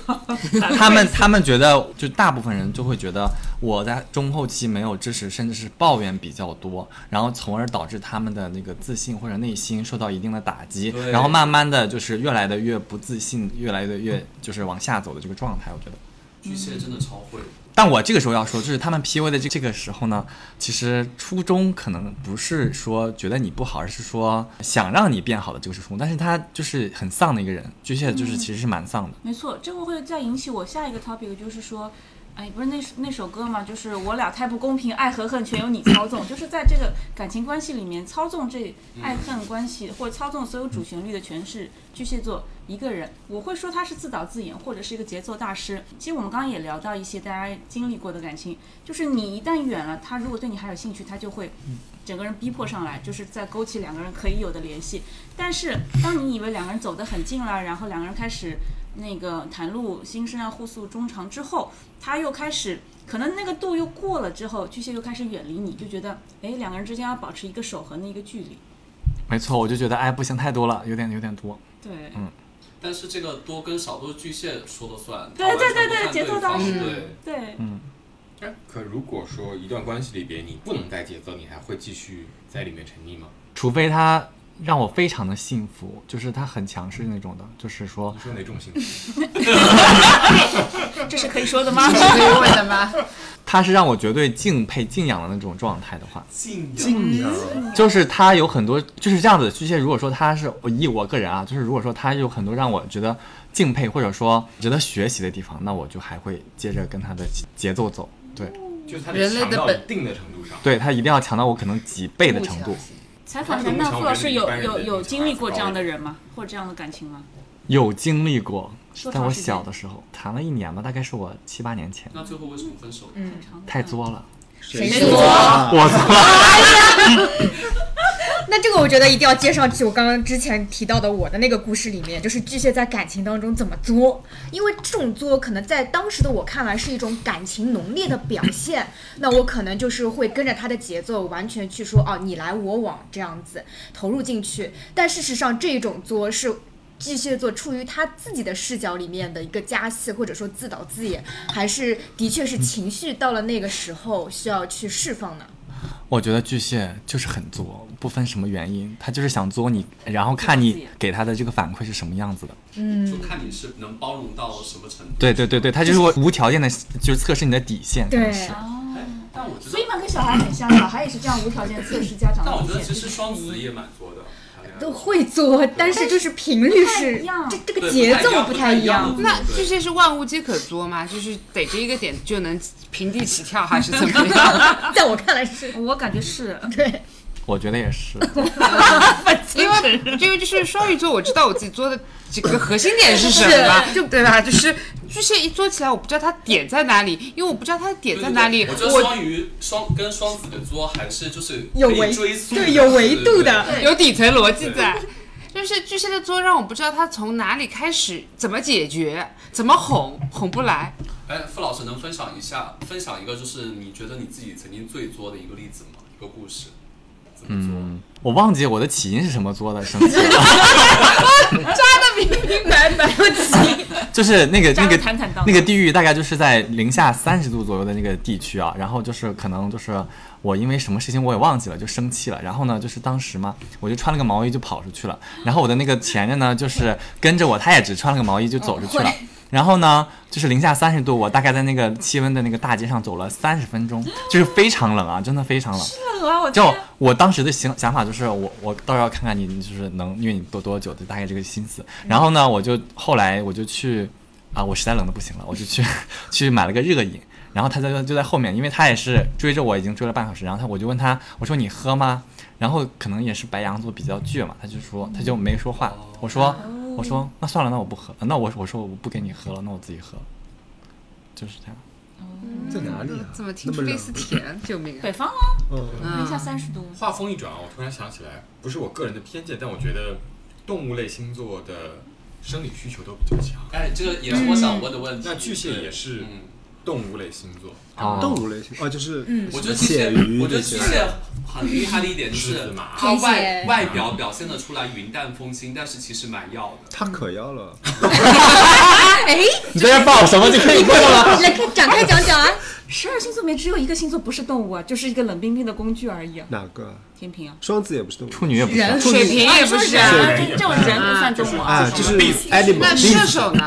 [SPEAKER 6] 他们他们觉得，就大部分人就会觉得我在中后期没有支持，甚至是抱怨比较多，然后从而导致他们的那个自信或者内心受到一定的打击
[SPEAKER 2] 对，
[SPEAKER 6] 然后慢慢的就是越来的越不自信，越来的越就是往下走的这个状态，我觉得。
[SPEAKER 2] 巨蟹真的超会。
[SPEAKER 6] 但我这个时候要说，就是他们 PUA 的这这个时候呢，其实初衷可能不是说觉得你不好，而是说想让你变好的这个初衷。但是他就是很丧的一个人，巨蟹就是其实是蛮丧的。
[SPEAKER 3] 没错，这个会再引起我下一个 topic，就是说，哎，不是那首那首歌嘛，就是我俩太不公平，爱和恨全由你操纵，就是在这个感情关系里面，操纵这爱恨关系或者操纵所有主旋律的全是巨蟹座一个人。我会说他是自导自演，或者是一个节奏大师。其实我们刚刚也聊到一些大家经历过的感情，就是你一旦远了，他如果对你还有兴趣，他就会整个人逼迫上来，就是在勾起两个人可以有的联系。但是当你以为两个人走得很近了，然后两个人开始那个袒露心声啊，互诉衷肠之后，他又开始可能那个度又过了之后，巨蟹又开始远离你，就觉得哎，两个人之间要保持一个守恒的一个距离。
[SPEAKER 6] 没错，我就觉得哎不行，太多了，有点有点多。
[SPEAKER 3] 对，
[SPEAKER 2] 但是这个多跟少都是巨蟹说了算，
[SPEAKER 3] 对
[SPEAKER 2] 他完全
[SPEAKER 3] 对对
[SPEAKER 2] 不
[SPEAKER 3] 对
[SPEAKER 2] 看
[SPEAKER 3] 节奏大
[SPEAKER 2] 方
[SPEAKER 3] 师
[SPEAKER 2] 对，
[SPEAKER 3] 对，
[SPEAKER 5] 哎可如果说一段关系里边你不能带节奏，你还会继续在里面沉溺吗？
[SPEAKER 6] 除非他让我非常的幸福，就是他很强势那种的，就是说
[SPEAKER 5] 你说哪种幸福？
[SPEAKER 3] 这是
[SPEAKER 2] 嗯
[SPEAKER 3] 可以
[SPEAKER 2] (laughs)
[SPEAKER 3] 说的吗？
[SPEAKER 4] 可以问的吗？
[SPEAKER 6] 他是让我绝对敬佩、敬仰的那种状态的话，
[SPEAKER 2] 敬仰
[SPEAKER 7] 敬仰，
[SPEAKER 6] 就是他有很多就是这样子的巨蟹。如果说他是以我个人啊，就是如果说他有很多让我觉得敬佩或者说值得学习的地方，那我就还会接着跟他的节奏走。对，
[SPEAKER 5] 就是他得
[SPEAKER 4] 人类
[SPEAKER 5] 强
[SPEAKER 4] 的
[SPEAKER 5] 到
[SPEAKER 4] 本
[SPEAKER 5] 一定的程度上，
[SPEAKER 6] 对他一定要强到我可能几倍的程度。
[SPEAKER 3] 采访难道傅老师有有有经历过这样的人吗？或者这样的感情吗？
[SPEAKER 6] 有经历过
[SPEAKER 3] 多，
[SPEAKER 6] 在
[SPEAKER 3] 长
[SPEAKER 6] 我
[SPEAKER 3] 时间
[SPEAKER 6] 小的时候谈了一年吧，大概是我七八年前，
[SPEAKER 2] 那最后为什么分手？
[SPEAKER 3] 很长的
[SPEAKER 6] 太作了，
[SPEAKER 7] 谁说啊？
[SPEAKER 6] 我操！
[SPEAKER 1] 那这个我觉得一定要接上去，我刚刚之前提到的我的那个故事里面，就是巨蟹在感情当中怎么作，因为这种作可能在当时的我看来是一种感情浓烈的表现，那我可能就是会跟着他的节奏，完全去说哦你来我往这样子投入进去，但事实上这种作是。巨蟹座出于他自己的视角里面的一个加戏，或者说自导自演，还是的确是情绪到了那个时候需要去释放呢？
[SPEAKER 6] 我觉得巨蟹就是很作，不分什么原因，他就是想作你，然后看
[SPEAKER 4] 自
[SPEAKER 6] 你
[SPEAKER 4] 己
[SPEAKER 6] 给他的这个反馈是什么样子的。
[SPEAKER 2] 就看你是能包容到什么程度。
[SPEAKER 6] 对对对对，他就是会无条件的，就是测试你的底线。
[SPEAKER 1] 对
[SPEAKER 6] 是
[SPEAKER 2] 哎，但我觉
[SPEAKER 3] 所以
[SPEAKER 2] 得，
[SPEAKER 3] 嘛，跟小孩很像，小孩也是这样无条件测试家长
[SPEAKER 2] 但我
[SPEAKER 3] 的
[SPEAKER 2] 觉得
[SPEAKER 3] 底
[SPEAKER 2] 其实
[SPEAKER 3] 线。
[SPEAKER 2] 双子也蛮多的。谈恋爱
[SPEAKER 1] 都会做，但是就是频率
[SPEAKER 3] 不太
[SPEAKER 1] 是
[SPEAKER 3] 一样
[SPEAKER 1] 这这个
[SPEAKER 2] 对
[SPEAKER 1] 节
[SPEAKER 2] 不太一
[SPEAKER 1] 奏
[SPEAKER 2] 样
[SPEAKER 1] 不
[SPEAKER 2] 不
[SPEAKER 1] 太
[SPEAKER 2] 太
[SPEAKER 1] 一
[SPEAKER 2] 一样
[SPEAKER 1] 样。
[SPEAKER 4] 那巨蟹是万物皆可作吗？就是逮着一个点就能平地起跳，还是怎 (laughs) 么样？
[SPEAKER 1] 在我看来 (laughs) 是
[SPEAKER 3] 我感觉是，嗯
[SPEAKER 1] 对，
[SPEAKER 6] 我觉得也是。
[SPEAKER 4] 因为这个就是双鱼座，我知道我自己做的几个核心点是什么，就对吧？就是巨蟹一做起来，我不知道它点在哪里，因为我不知道它的点在哪里。
[SPEAKER 2] 对对对我觉得双鱼双跟双子的作还是就是
[SPEAKER 1] 有
[SPEAKER 2] 可以
[SPEAKER 1] 维
[SPEAKER 2] 追溯的，
[SPEAKER 1] 对有维度的
[SPEAKER 2] 对对对
[SPEAKER 4] 有底层逻辑在。就是巨蟹的作让我不知道他从哪里开始，怎么解决，怎么哄，哄不来。
[SPEAKER 2] 哎，傅老师能分享一下，分享一个就是你觉得你自己曾经最作的一个例子吗？一个故事？怎么作？
[SPEAKER 6] 嗯，我忘记我的起因是什么作的，生气了。就是那个
[SPEAKER 3] 渣
[SPEAKER 6] 那
[SPEAKER 3] 得
[SPEAKER 6] 个
[SPEAKER 3] 坦坦荡荡
[SPEAKER 6] 那个地域大概就是在零下三十度左右的那个地区啊，然后就是可能就是我因为什么事情我也忘记了，就生气了。然后呢，就是当时嘛，我就穿了个毛衣就跑出去了。然后我的那个前任呢，就是跟着我，他也只穿了个毛衣就走出去
[SPEAKER 3] 哦
[SPEAKER 6] 了。然后呢，就是零下三十度，我大概在那个气温的那个大街上走了三十分钟，就是非常冷啊，真的非常冷。
[SPEAKER 3] 啊，我
[SPEAKER 6] (laughs) 就我当时的想想法就是我我倒是要看看你你就是能虐你多多久的大概这个心思，然后呢，我就后来我就去啊，我实在冷的不行了，我就去 (laughs) 去买了个热饮。然后他在就在后面，因为他也是追着我，已经追了半小时。然后他我就问他，我说你喝吗？然后可能也是白羊座比较倔嘛，他就说他就没说话。我说我说那算了，那我不喝，那我我说我不给你喝了，那我自己喝，就是这样。
[SPEAKER 9] 在哪里啊？
[SPEAKER 4] 怎么听出
[SPEAKER 9] 那么
[SPEAKER 4] 类
[SPEAKER 9] 冷
[SPEAKER 4] 似甜？救命啊！
[SPEAKER 3] 北方啊，
[SPEAKER 9] 嗯，
[SPEAKER 3] 零下三十度，
[SPEAKER 5] 话锋一转啊，我突然想起来，不是我个人的偏见，但我觉得动物类星座的生理需求都比较强，
[SPEAKER 2] 哎，这个也是我想问的问题。
[SPEAKER 5] 那巨蟹
[SPEAKER 2] 对
[SPEAKER 5] 也是
[SPEAKER 2] 嗯，
[SPEAKER 5] 动物类星座，
[SPEAKER 6] 哦
[SPEAKER 9] 动物类型哦，就是
[SPEAKER 2] 我觉得巨蟹
[SPEAKER 9] 什么蟹，鱼
[SPEAKER 2] 我觉得
[SPEAKER 9] 那些
[SPEAKER 2] 巨蟹很厉害的一点就
[SPEAKER 5] 狮
[SPEAKER 2] 是
[SPEAKER 5] 子。嘛，
[SPEAKER 2] 它
[SPEAKER 1] 天
[SPEAKER 2] 外
[SPEAKER 1] 蝎
[SPEAKER 2] 外表表现得出来云淡风轻，但是其实蛮要的。
[SPEAKER 9] 他可要了。
[SPEAKER 1] 哎，
[SPEAKER 6] 你在这报什么？就可以过了吗？
[SPEAKER 1] 来开展开讲讲 (laughs) 啊！
[SPEAKER 3] 十二星座里面只有一个星座不是动物啊，就是一个冷冰冰的工具而已啊。
[SPEAKER 9] 哪个？
[SPEAKER 3] 天平啊，
[SPEAKER 9] 双子也不是动物
[SPEAKER 6] 处女也不是啊
[SPEAKER 1] 人
[SPEAKER 4] 水瓶也不是啊。
[SPEAKER 3] 啊，这这种人不算动物
[SPEAKER 9] 啊，就是 animal。
[SPEAKER 4] 那射手呢？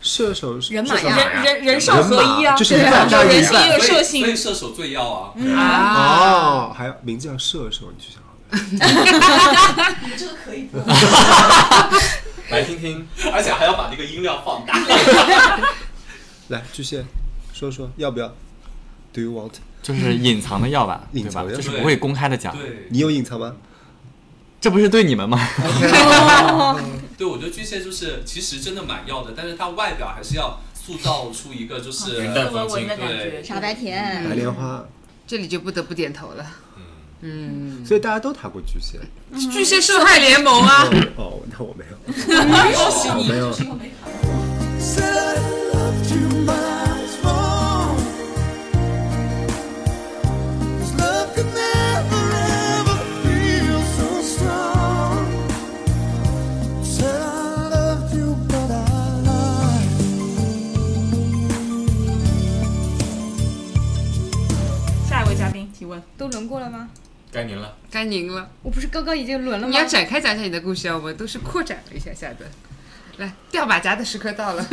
[SPEAKER 9] 射手是
[SPEAKER 1] 人马呀
[SPEAKER 3] 人人人兽合一啊，
[SPEAKER 9] 就是
[SPEAKER 3] 对啊
[SPEAKER 9] 人马
[SPEAKER 3] 人
[SPEAKER 9] 就是
[SPEAKER 3] 性也
[SPEAKER 2] 所以所
[SPEAKER 3] 有兽
[SPEAKER 2] 以
[SPEAKER 3] 性，
[SPEAKER 2] 射手最要啊，
[SPEAKER 4] 嗯
[SPEAKER 9] 哦，还有名字叫射手，你去想好了。
[SPEAKER 5] 来听听，
[SPEAKER 2] 而且还要把那个音量放大。
[SPEAKER 9] 来，巨蟹，说说要不要？Do you want？
[SPEAKER 6] 就是隐藏的药吧，对
[SPEAKER 9] (laughs) 隐
[SPEAKER 6] 吧？
[SPEAKER 9] 藏的药
[SPEAKER 6] 就是不会公开的讲。
[SPEAKER 2] 对
[SPEAKER 9] 你有隐藏吗？
[SPEAKER 6] 这不是对你们吗？ (laughs)
[SPEAKER 2] 对，我觉得巨蟹就是其实真的蛮要的，但是它外表还是要塑造出一个就是
[SPEAKER 5] 云淡
[SPEAKER 3] 温
[SPEAKER 5] 风
[SPEAKER 3] 文
[SPEAKER 5] 轻
[SPEAKER 3] 的，感觉。
[SPEAKER 1] 傻白甜，
[SPEAKER 9] 白莲花，
[SPEAKER 4] 这里就不得不点头了。嗯，
[SPEAKER 9] 所以大家都谈过巨蟹。
[SPEAKER 4] 巨蟹受害联盟啊，
[SPEAKER 9] 哦，那我没有，
[SPEAKER 2] 恭喜
[SPEAKER 9] 我
[SPEAKER 2] 你
[SPEAKER 9] 没有。
[SPEAKER 8] Said I loved you miles more. 'Cause love could never ever feel so strong. Said I loved you, but I lied.
[SPEAKER 3] 下一位嘉宾提问，
[SPEAKER 1] 都轮过了吗？
[SPEAKER 5] 该您了，
[SPEAKER 4] 该您了。
[SPEAKER 1] 我不是刚刚已经轮了
[SPEAKER 4] 你
[SPEAKER 1] 吗
[SPEAKER 4] 要？展开讲一下你的故事啊，我们都是扩展了一下下的。来，掉马甲的时刻到了。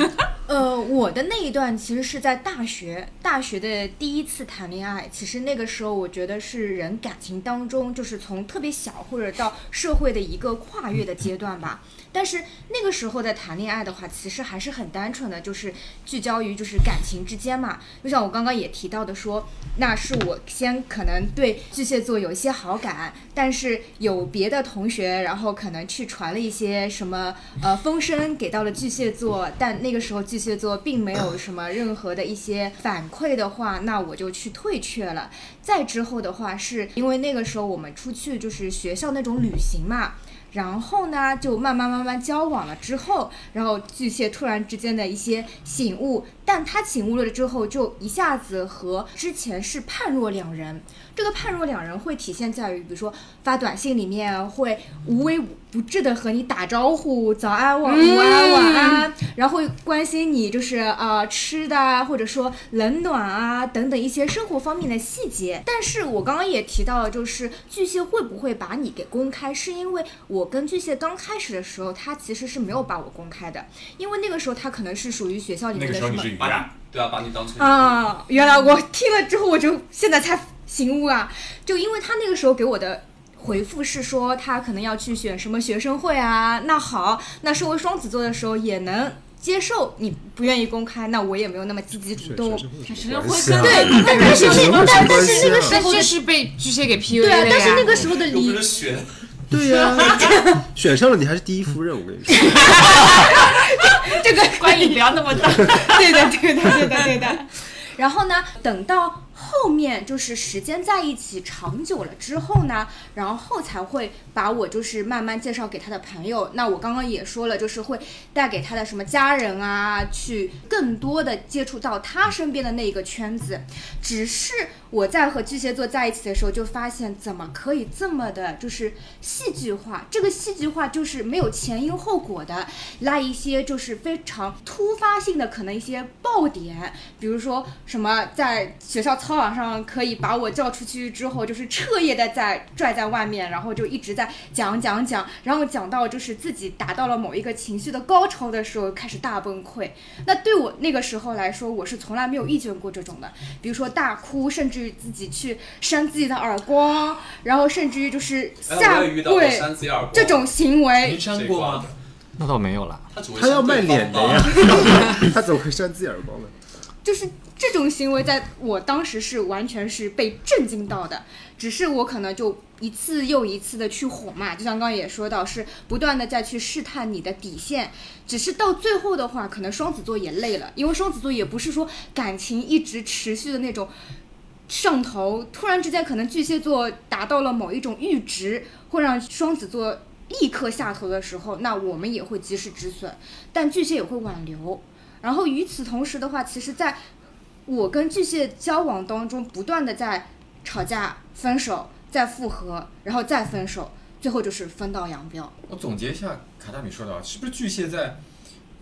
[SPEAKER 1] 呃，我的那一段其实是在大学，大学的第一次谈恋爱。其实那个时候，我觉得是人感情当中，就是从特别小或者到社会的一个跨越的阶段吧。但是那个时候在谈恋爱的话，其实还是很单纯的，就是聚焦于就是感情之间嘛。就像我刚刚也提到的说，那是我先可能对巨蟹座有一些好感，但是有别的同学，然后可能去传了一些什么呃风声给到了巨蟹座，但那个时候巨蟹座并没有什么任何的一些反馈的话，那我就去退却了。再之后的话，是因为那个时候我们出去就是学校那种旅行嘛。然后呢，就慢慢慢慢交往了之后，然后巨蟹突然之间的一些醒悟，但他醒悟了之后，就一下子和之前是判若两人。这个判若两人会体现在于，比如说发短信里面会无微不至的和你打招呼，早安、晚午安、晚安，然后会关心你就是呃吃的啊，或者说冷暖啊等等一些生活方面的细节。但是我刚刚也提到了，就是巨蟹会不会把你给公开，是因为我跟巨蟹刚开始的时候，他其实是没有把我公开的，因为那个时候他可能是属于学校里
[SPEAKER 5] 那
[SPEAKER 1] 面的
[SPEAKER 5] 个时
[SPEAKER 1] 什
[SPEAKER 5] 候你
[SPEAKER 1] 么
[SPEAKER 5] 是鱼
[SPEAKER 2] 把你
[SPEAKER 5] 啊，
[SPEAKER 2] 对啊，把你当成
[SPEAKER 1] 啊，原来我听了之后，我就现在才醒悟啊！就因为他那个时候给我的回复是说，他可能要去选什么学生会啊。那好，那身为双子座的时候也能接受你不愿意公开，那我也没有那么积极主动。
[SPEAKER 9] 是
[SPEAKER 3] 会
[SPEAKER 9] 跟
[SPEAKER 1] 对，但是但但是
[SPEAKER 9] 啊
[SPEAKER 1] 那个时
[SPEAKER 4] 但
[SPEAKER 1] 候
[SPEAKER 4] 这
[SPEAKER 1] 的
[SPEAKER 4] 是被巨蟹给 PUA
[SPEAKER 1] 对
[SPEAKER 4] 的呀。
[SPEAKER 1] 啊，但是那个时候的
[SPEAKER 2] 又不
[SPEAKER 1] 理
[SPEAKER 2] 是学
[SPEAKER 9] 对呀，
[SPEAKER 1] (laughs)
[SPEAKER 9] 选上了你还是第一夫人，我跟你说。
[SPEAKER 1] 这个
[SPEAKER 3] 关于不要那么大，
[SPEAKER 1] (laughs) 对的，对的，对的，对的。 (laughs) 然后呢，等到后面就是时间在一起长久了之后呢，然后才会把我就是慢慢介绍给他的朋友。那我刚刚也说了，就是会带给他的什么家人啊，去更多的接触到他身边的那一个圈子。只是我在和巨蟹座在一起的时候，就发现怎么可以这么的，就是戏剧化。这个戏剧化就是没有前因后果的，拉一些就是非常突发性的可能一些爆点，比如说什么在学校操场上可以把我叫出去之后，就是彻夜的在拽在外面，然后就一直在讲讲讲，然后讲到就是自己达到了某一个情绪的高潮的时候，开始大崩溃。那对我那个时候来说，我是从来没有遇见过这种的，比如说大哭，甚至于自己去扇自己的耳光，然后甚至于就是
[SPEAKER 2] 哎，
[SPEAKER 1] 下
[SPEAKER 2] 我也遇到过
[SPEAKER 1] 跪、
[SPEAKER 2] 扇子耳光
[SPEAKER 1] 这种行为
[SPEAKER 5] 您，扇过吗？
[SPEAKER 6] 那倒没有啦。
[SPEAKER 2] 他只会
[SPEAKER 7] 他要
[SPEAKER 2] 扇
[SPEAKER 7] 卖
[SPEAKER 2] 对
[SPEAKER 7] 脸的
[SPEAKER 2] 方吧
[SPEAKER 7] 呀，他怎么会扇自己耳光呢？
[SPEAKER 10] 就是这种行为，在我当时是完全是被震惊到的，只是我可能就一次又一次的去哄嘛，就像刚刚也说到，是不断的再去试探你的底线，只是到最后的话，可能双子座也累了，因为双子座也不是说感情一直持续的那种上头，突然之间可能巨蟹座达到了某一种阈值，会让双子座立刻下头的时候，那我们也会及时止损，但巨蟹也会挽留。然后与此同时的话，其实在我跟巨蟹交往当中，不断的在吵架、分手、再复合，然后再分手，最后就是分道扬镳。
[SPEAKER 5] 我总结一下，卡大米说的啊，是不是巨蟹在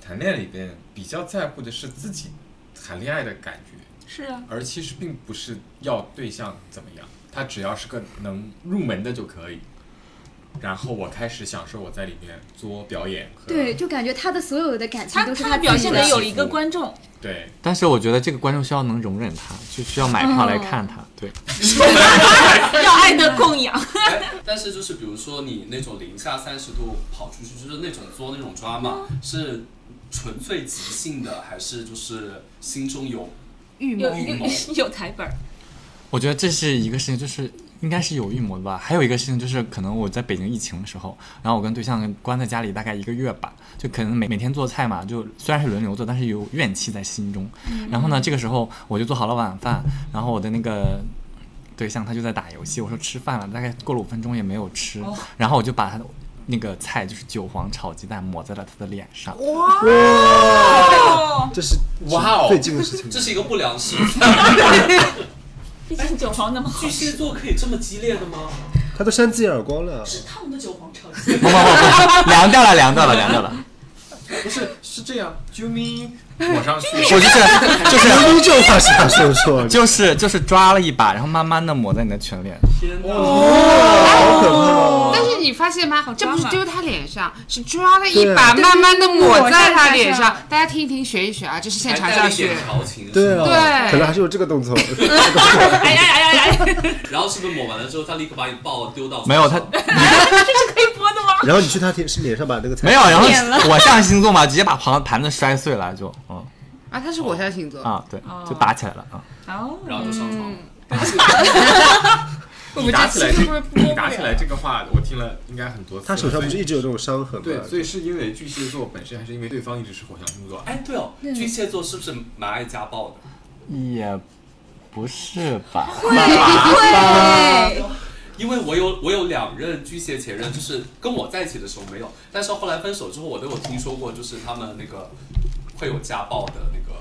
[SPEAKER 5] 谈恋爱里边比较在乎的是自己谈恋爱的感觉，
[SPEAKER 3] 是啊，
[SPEAKER 5] 而其实并不是要对象怎么样，他只要是个能入门的就可以。然后我开始享受我在里面做表演和
[SPEAKER 10] 对，就感觉他的所有的感情
[SPEAKER 3] 他
[SPEAKER 10] 都是
[SPEAKER 3] 他的
[SPEAKER 10] 自己的
[SPEAKER 3] 表现
[SPEAKER 5] 得
[SPEAKER 3] 得有一个观众，
[SPEAKER 5] 对，
[SPEAKER 6] 但是我觉得这个观众需要能容忍他，就需要买票来看他。对，
[SPEAKER 3] 要爱的供养。
[SPEAKER 2] 哎，但是就是比如说你那种零下三十度跑出去，就是那种做那种抓嘛，是纯粹即兴的，还是就是心中有
[SPEAKER 1] 预
[SPEAKER 3] 有
[SPEAKER 1] 谋。
[SPEAKER 3] 有有台本儿，
[SPEAKER 6] 我觉得这是一个事情，就是应该是有预谋的吧。还有一个事情就是，可能我在北京疫情的时候，然后我跟对象关在家里大概一个月吧，就可能每每天做菜嘛，就虽然是轮流做，但是有怨气在心中。然后呢，这个时候我就做好了晚饭，然后我的那个。对象他就在打游戏，我说吃饭了，大概过了五分钟也没有吃，然后我就把他的那个菜就是韭黄炒鸡蛋抹在了他的脸上，
[SPEAKER 9] 这是
[SPEAKER 5] 哇哦
[SPEAKER 9] 最近的事情。
[SPEAKER 2] 这是一个不良示范。
[SPEAKER 3] 毕竟九皇那么好
[SPEAKER 2] 巨，蟹座可以这么激烈的吗？
[SPEAKER 9] 他都扇自己耳光了，
[SPEAKER 3] 烫的九皇超级。
[SPEAKER 6] 不不不不，凉掉了，凉掉了，凉掉了。
[SPEAKER 5] 不是是这样，啾咪抹上去，
[SPEAKER 6] 我就是就是，
[SPEAKER 9] 明明这种话是他说说
[SPEAKER 6] 就是就是抓了一把，然后慢慢的抹在你的全脸。
[SPEAKER 2] 天哪！
[SPEAKER 9] 好可怕哦！
[SPEAKER 4] 但是你发现吗？这不是
[SPEAKER 3] 抓马
[SPEAKER 4] 丢他脸上，是抓了一把，
[SPEAKER 10] 对
[SPEAKER 4] 慢慢的抹在他脸
[SPEAKER 10] 抹在他
[SPEAKER 4] 上。大家听一听，学一学啊，这是现
[SPEAKER 2] 还
[SPEAKER 4] 场
[SPEAKER 2] 带
[SPEAKER 4] 教
[SPEAKER 2] 了一
[SPEAKER 4] 学
[SPEAKER 2] 点。调情，
[SPEAKER 9] 对啊，
[SPEAKER 4] 对
[SPEAKER 9] 可能还是有这个动作。
[SPEAKER 3] 哎呀呀呀呀！
[SPEAKER 2] 然后是不是抹完了之后，他立刻把你抱丢到床上
[SPEAKER 6] 没有他
[SPEAKER 3] 可以播的吗？
[SPEAKER 9] 然后你去他脸是脸上把那个菜
[SPEAKER 6] 没有，
[SPEAKER 5] 啊
[SPEAKER 6] 然后我上星座嘛，直接把盘盘子摔碎了，就嗯
[SPEAKER 4] 啊，他是火象星座，
[SPEAKER 6] 啊对，就打起来了啊。
[SPEAKER 3] (laughs) 哦，
[SPEAKER 2] 然后就上床。
[SPEAKER 4] 我
[SPEAKER 5] 你
[SPEAKER 4] 们
[SPEAKER 5] 打起
[SPEAKER 4] 这期
[SPEAKER 5] 来
[SPEAKER 4] 会不会
[SPEAKER 5] 这
[SPEAKER 4] 播
[SPEAKER 5] 你打起来这个话，我听了应该很多次了。
[SPEAKER 9] 他手上不是
[SPEAKER 5] 所以
[SPEAKER 9] 一直有这种伤痕吗？
[SPEAKER 5] 对，所以是因为巨蟹座本身，还是因为对方一直是火象星座？
[SPEAKER 2] 哎，对哦，巨蟹座是不是蛮爱家暴的？
[SPEAKER 6] 也不是吧？
[SPEAKER 2] 因为我有我有两任巨蟹前任，就是跟我在一起的时候没有，但是后来分手之后，我都有听说过，就是他们那个会有家暴的那个，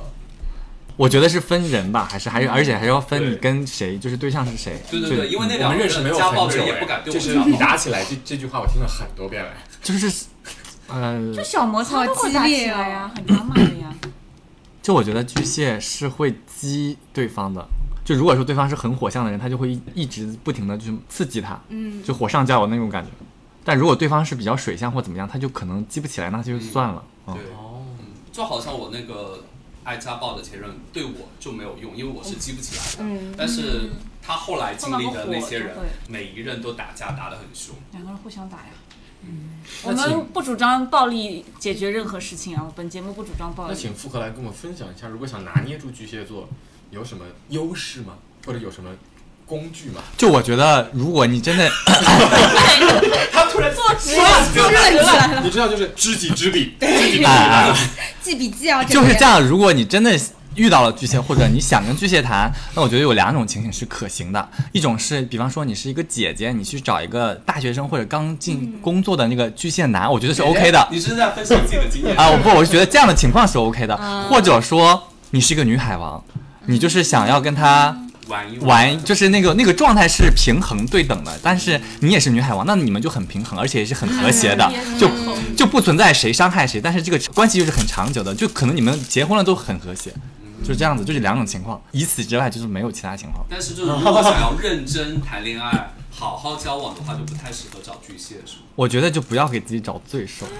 [SPEAKER 6] 我觉得是分人吧，还是还有，而且还要分
[SPEAKER 5] 对
[SPEAKER 6] 你跟谁，就是对象是谁。
[SPEAKER 2] 嗯对对对，因为那
[SPEAKER 5] 我
[SPEAKER 2] 两
[SPEAKER 5] 们
[SPEAKER 2] 任
[SPEAKER 5] 认识没有
[SPEAKER 2] 家暴
[SPEAKER 5] 很
[SPEAKER 2] 的
[SPEAKER 5] 久
[SPEAKER 2] 人也
[SPEAKER 5] 哎
[SPEAKER 2] 不敢对
[SPEAKER 5] 就
[SPEAKER 2] 我
[SPEAKER 5] 是
[SPEAKER 2] 家
[SPEAKER 5] 你
[SPEAKER 2] 暴。
[SPEAKER 5] 打起来这这句话我听了很多遍了。
[SPEAKER 6] 就是呃，
[SPEAKER 3] 就小摩擦都会打起来呀，很抓马的呀。
[SPEAKER 6] 就我觉得巨蟹是会激对方的，就如果说对方是很火象的人，他就会一一直不停的去刺激他，嗯，就火上浇油那种感觉。但如果对方是比较水象或怎么样，他就可能激不起来，那他就算了。嗯
[SPEAKER 2] 对，嗯就好像我那个爱家暴的前任对我就没有用，因为我是激不起来的。但是他后来经历的那些人
[SPEAKER 3] 嗯碰到个火就会，
[SPEAKER 2] 每一任都打架打得很凶。
[SPEAKER 3] 两个人互相打呀。我们不主张暴力解决任何事情啊，本节目不主张暴
[SPEAKER 5] 那
[SPEAKER 3] 力。
[SPEAKER 5] 请复合来跟我们分享一下，如果想拿捏住巨蟹座，有什么优势吗？或者有什么工具吗？ (laughs)
[SPEAKER 6] 就我觉得，如果你真的，
[SPEAKER 5] 他突然
[SPEAKER 3] 坐直了，坐直了，
[SPEAKER 5] 你知道，就是知己知彼，
[SPEAKER 6] 哎
[SPEAKER 10] 记笔记啊，
[SPEAKER 6] (laughs) 就是这
[SPEAKER 10] 样。
[SPEAKER 6] 样，如果你真的遇到了巨蟹，或者你想跟巨蟹谈，那我觉得有两种情景是可行的。一种是，比方说你是一个姐姐，你去找一个大学生或者刚进工作的那个巨蟹男，我觉得是 OK 的。
[SPEAKER 2] (laughs) 你是在分享自己的
[SPEAKER 6] (laughs)
[SPEAKER 2] 经验
[SPEAKER 6] 啊，我不，我是觉得这样的情况是 OK 的，或者说你是一个女海王，你就是想要跟他
[SPEAKER 2] 玩一
[SPEAKER 6] 玩，就是那个那个状态是平衡对等的，但是你也是女海王，那你们就很平衡，而且也是很和谐的，就就不存在谁伤害谁，但是这个关系就是很长久的，就可能你们结婚了都很和谐，就是这样子，就是两种情况，以此之外就是没有其他情况。
[SPEAKER 2] 但是就是如果想要认真谈恋爱、好好交往的话，就不太适合找巨蟹，是吗？
[SPEAKER 6] 我觉得就不要给自己找罪受。
[SPEAKER 3] (laughs)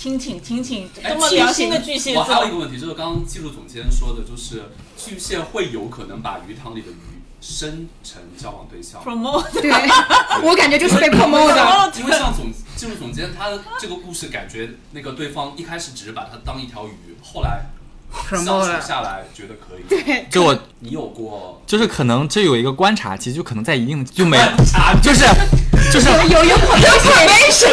[SPEAKER 3] 挺挺挺挺，
[SPEAKER 2] 哎
[SPEAKER 3] 多么良心的巨蟹
[SPEAKER 2] 我还有一
[SPEAKER 3] 座，
[SPEAKER 2] 个问题，就是刚刚技术总监说的，就是巨蟹会有可能把鱼塘里的鱼深沉交往对象
[SPEAKER 3] Promote
[SPEAKER 10] 对我感觉就是被 promote 的
[SPEAKER 2] 因为像总技术总监，他这个故事感觉那个对方一开始只是把他当一条鱼，后来相
[SPEAKER 6] Promote
[SPEAKER 2] 处下来觉得可以。
[SPEAKER 10] 对
[SPEAKER 6] 就我
[SPEAKER 2] 你有过
[SPEAKER 6] 就是可能这有一个观察期，就可能在一定的 (laughs) 就没
[SPEAKER 2] 察，
[SPEAKER 6] 就是就是
[SPEAKER 10] 有有
[SPEAKER 3] probation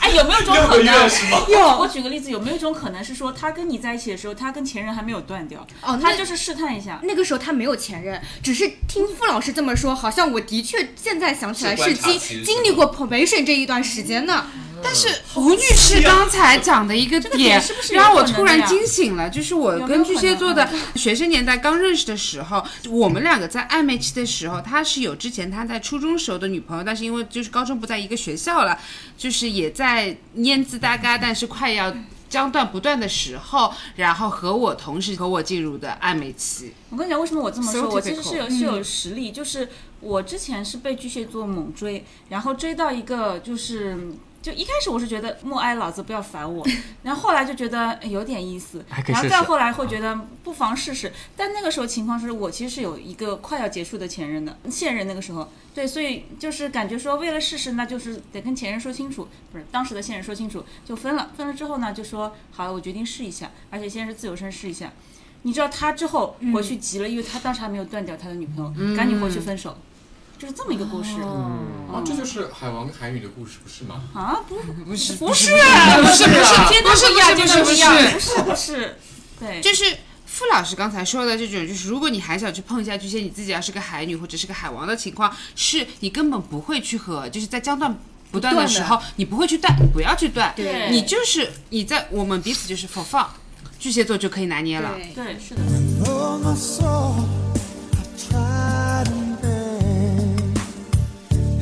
[SPEAKER 3] 哎，有没有一种可
[SPEAKER 2] 六个月
[SPEAKER 3] 能
[SPEAKER 2] 是吗？
[SPEAKER 3] (laughs) 有。我举个例子，有没有一种可能是说，他跟你在一起的时候，他跟前任还没有断掉，
[SPEAKER 10] 哦那
[SPEAKER 3] 他就是试探一下。
[SPEAKER 10] 那个时候他没有前任，只是听付老师这么说，好像我的确现在想起来
[SPEAKER 4] 是观
[SPEAKER 10] 是
[SPEAKER 4] 察
[SPEAKER 10] 经
[SPEAKER 4] 期是
[SPEAKER 10] 经历过 probation 这一段时间呢。
[SPEAKER 4] 但是吴女士刚才讲的一个
[SPEAKER 10] 个点
[SPEAKER 4] 点
[SPEAKER 10] 是不是有
[SPEAKER 4] 让我
[SPEAKER 10] 可能
[SPEAKER 4] 突
[SPEAKER 10] 的
[SPEAKER 4] 然
[SPEAKER 10] 呀
[SPEAKER 4] 惊醒了，就是我
[SPEAKER 10] 有没有
[SPEAKER 4] 跟巨
[SPEAKER 10] 可
[SPEAKER 4] 蟹
[SPEAKER 10] 能
[SPEAKER 4] 座的学生年代刚认识的时候，我们两个在暧昧期的时候，他是有之前他在初中时候的女朋友，但是因为就是高中不在一个学校了，就是也在蔫滋哒嘎，但是快要将断不断的时候，然后和我同时和我进入的暧昧期。
[SPEAKER 3] 我跟你讲，为什么我这么说？
[SPEAKER 4] Stereotypical
[SPEAKER 3] 我其实是有
[SPEAKER 4] 嗯
[SPEAKER 3] 是有实力，就是我之前是被巨蟹座猛追，然后追到一个就是。就一开始我是觉得默哀老子不要
[SPEAKER 4] (laughs)
[SPEAKER 3] 烦我，然后后来就觉得哎有点意思，
[SPEAKER 4] 还可以
[SPEAKER 3] 然后
[SPEAKER 4] 试试嗯
[SPEAKER 3] 再后来会觉得不妨试试。但那个时候情况是我其实是有一个快要结束的前任的现任那个时候，对，所以就是感觉说为了试试，那就是得跟前任说清楚，不是当时的现任说清楚就分了。分了之后呢，就说好，我决定试一下，而且先是自由身试一下。你知道他之后回去急了，因为他当时还没有断掉他的女朋友，
[SPEAKER 4] 嗯
[SPEAKER 3] 赶紧回去分手，就是这么一个故事。嗯
[SPEAKER 5] 哦，这就是海王跟海女的故事，不是吗？
[SPEAKER 3] 啊，不是
[SPEAKER 4] 不是
[SPEAKER 3] 不是
[SPEAKER 4] 不是
[SPEAKER 3] 不
[SPEAKER 4] 不是
[SPEAKER 3] 阶段
[SPEAKER 4] 不是
[SPEAKER 3] 不一样，
[SPEAKER 4] 不是
[SPEAKER 3] 阶段
[SPEAKER 4] 不
[SPEAKER 3] 不
[SPEAKER 4] 是
[SPEAKER 3] 一样
[SPEAKER 4] 不是
[SPEAKER 3] 不是不是，对，
[SPEAKER 4] 就是傅老师刚才说的这种，就是如果你还想去碰一下巨蟹，你自己要啊是个海女或者是个海王的情况，是你根本不会去和，就是在将断。不断的时候，你不会去断，你不要去断，
[SPEAKER 3] 对
[SPEAKER 4] 你就是你在我们彼此就是否放，巨蟹座就可以
[SPEAKER 10] 嗯
[SPEAKER 4] 拿捏了。
[SPEAKER 3] 对，是的。
[SPEAKER 8] Oh, my soul, I've tried in vain.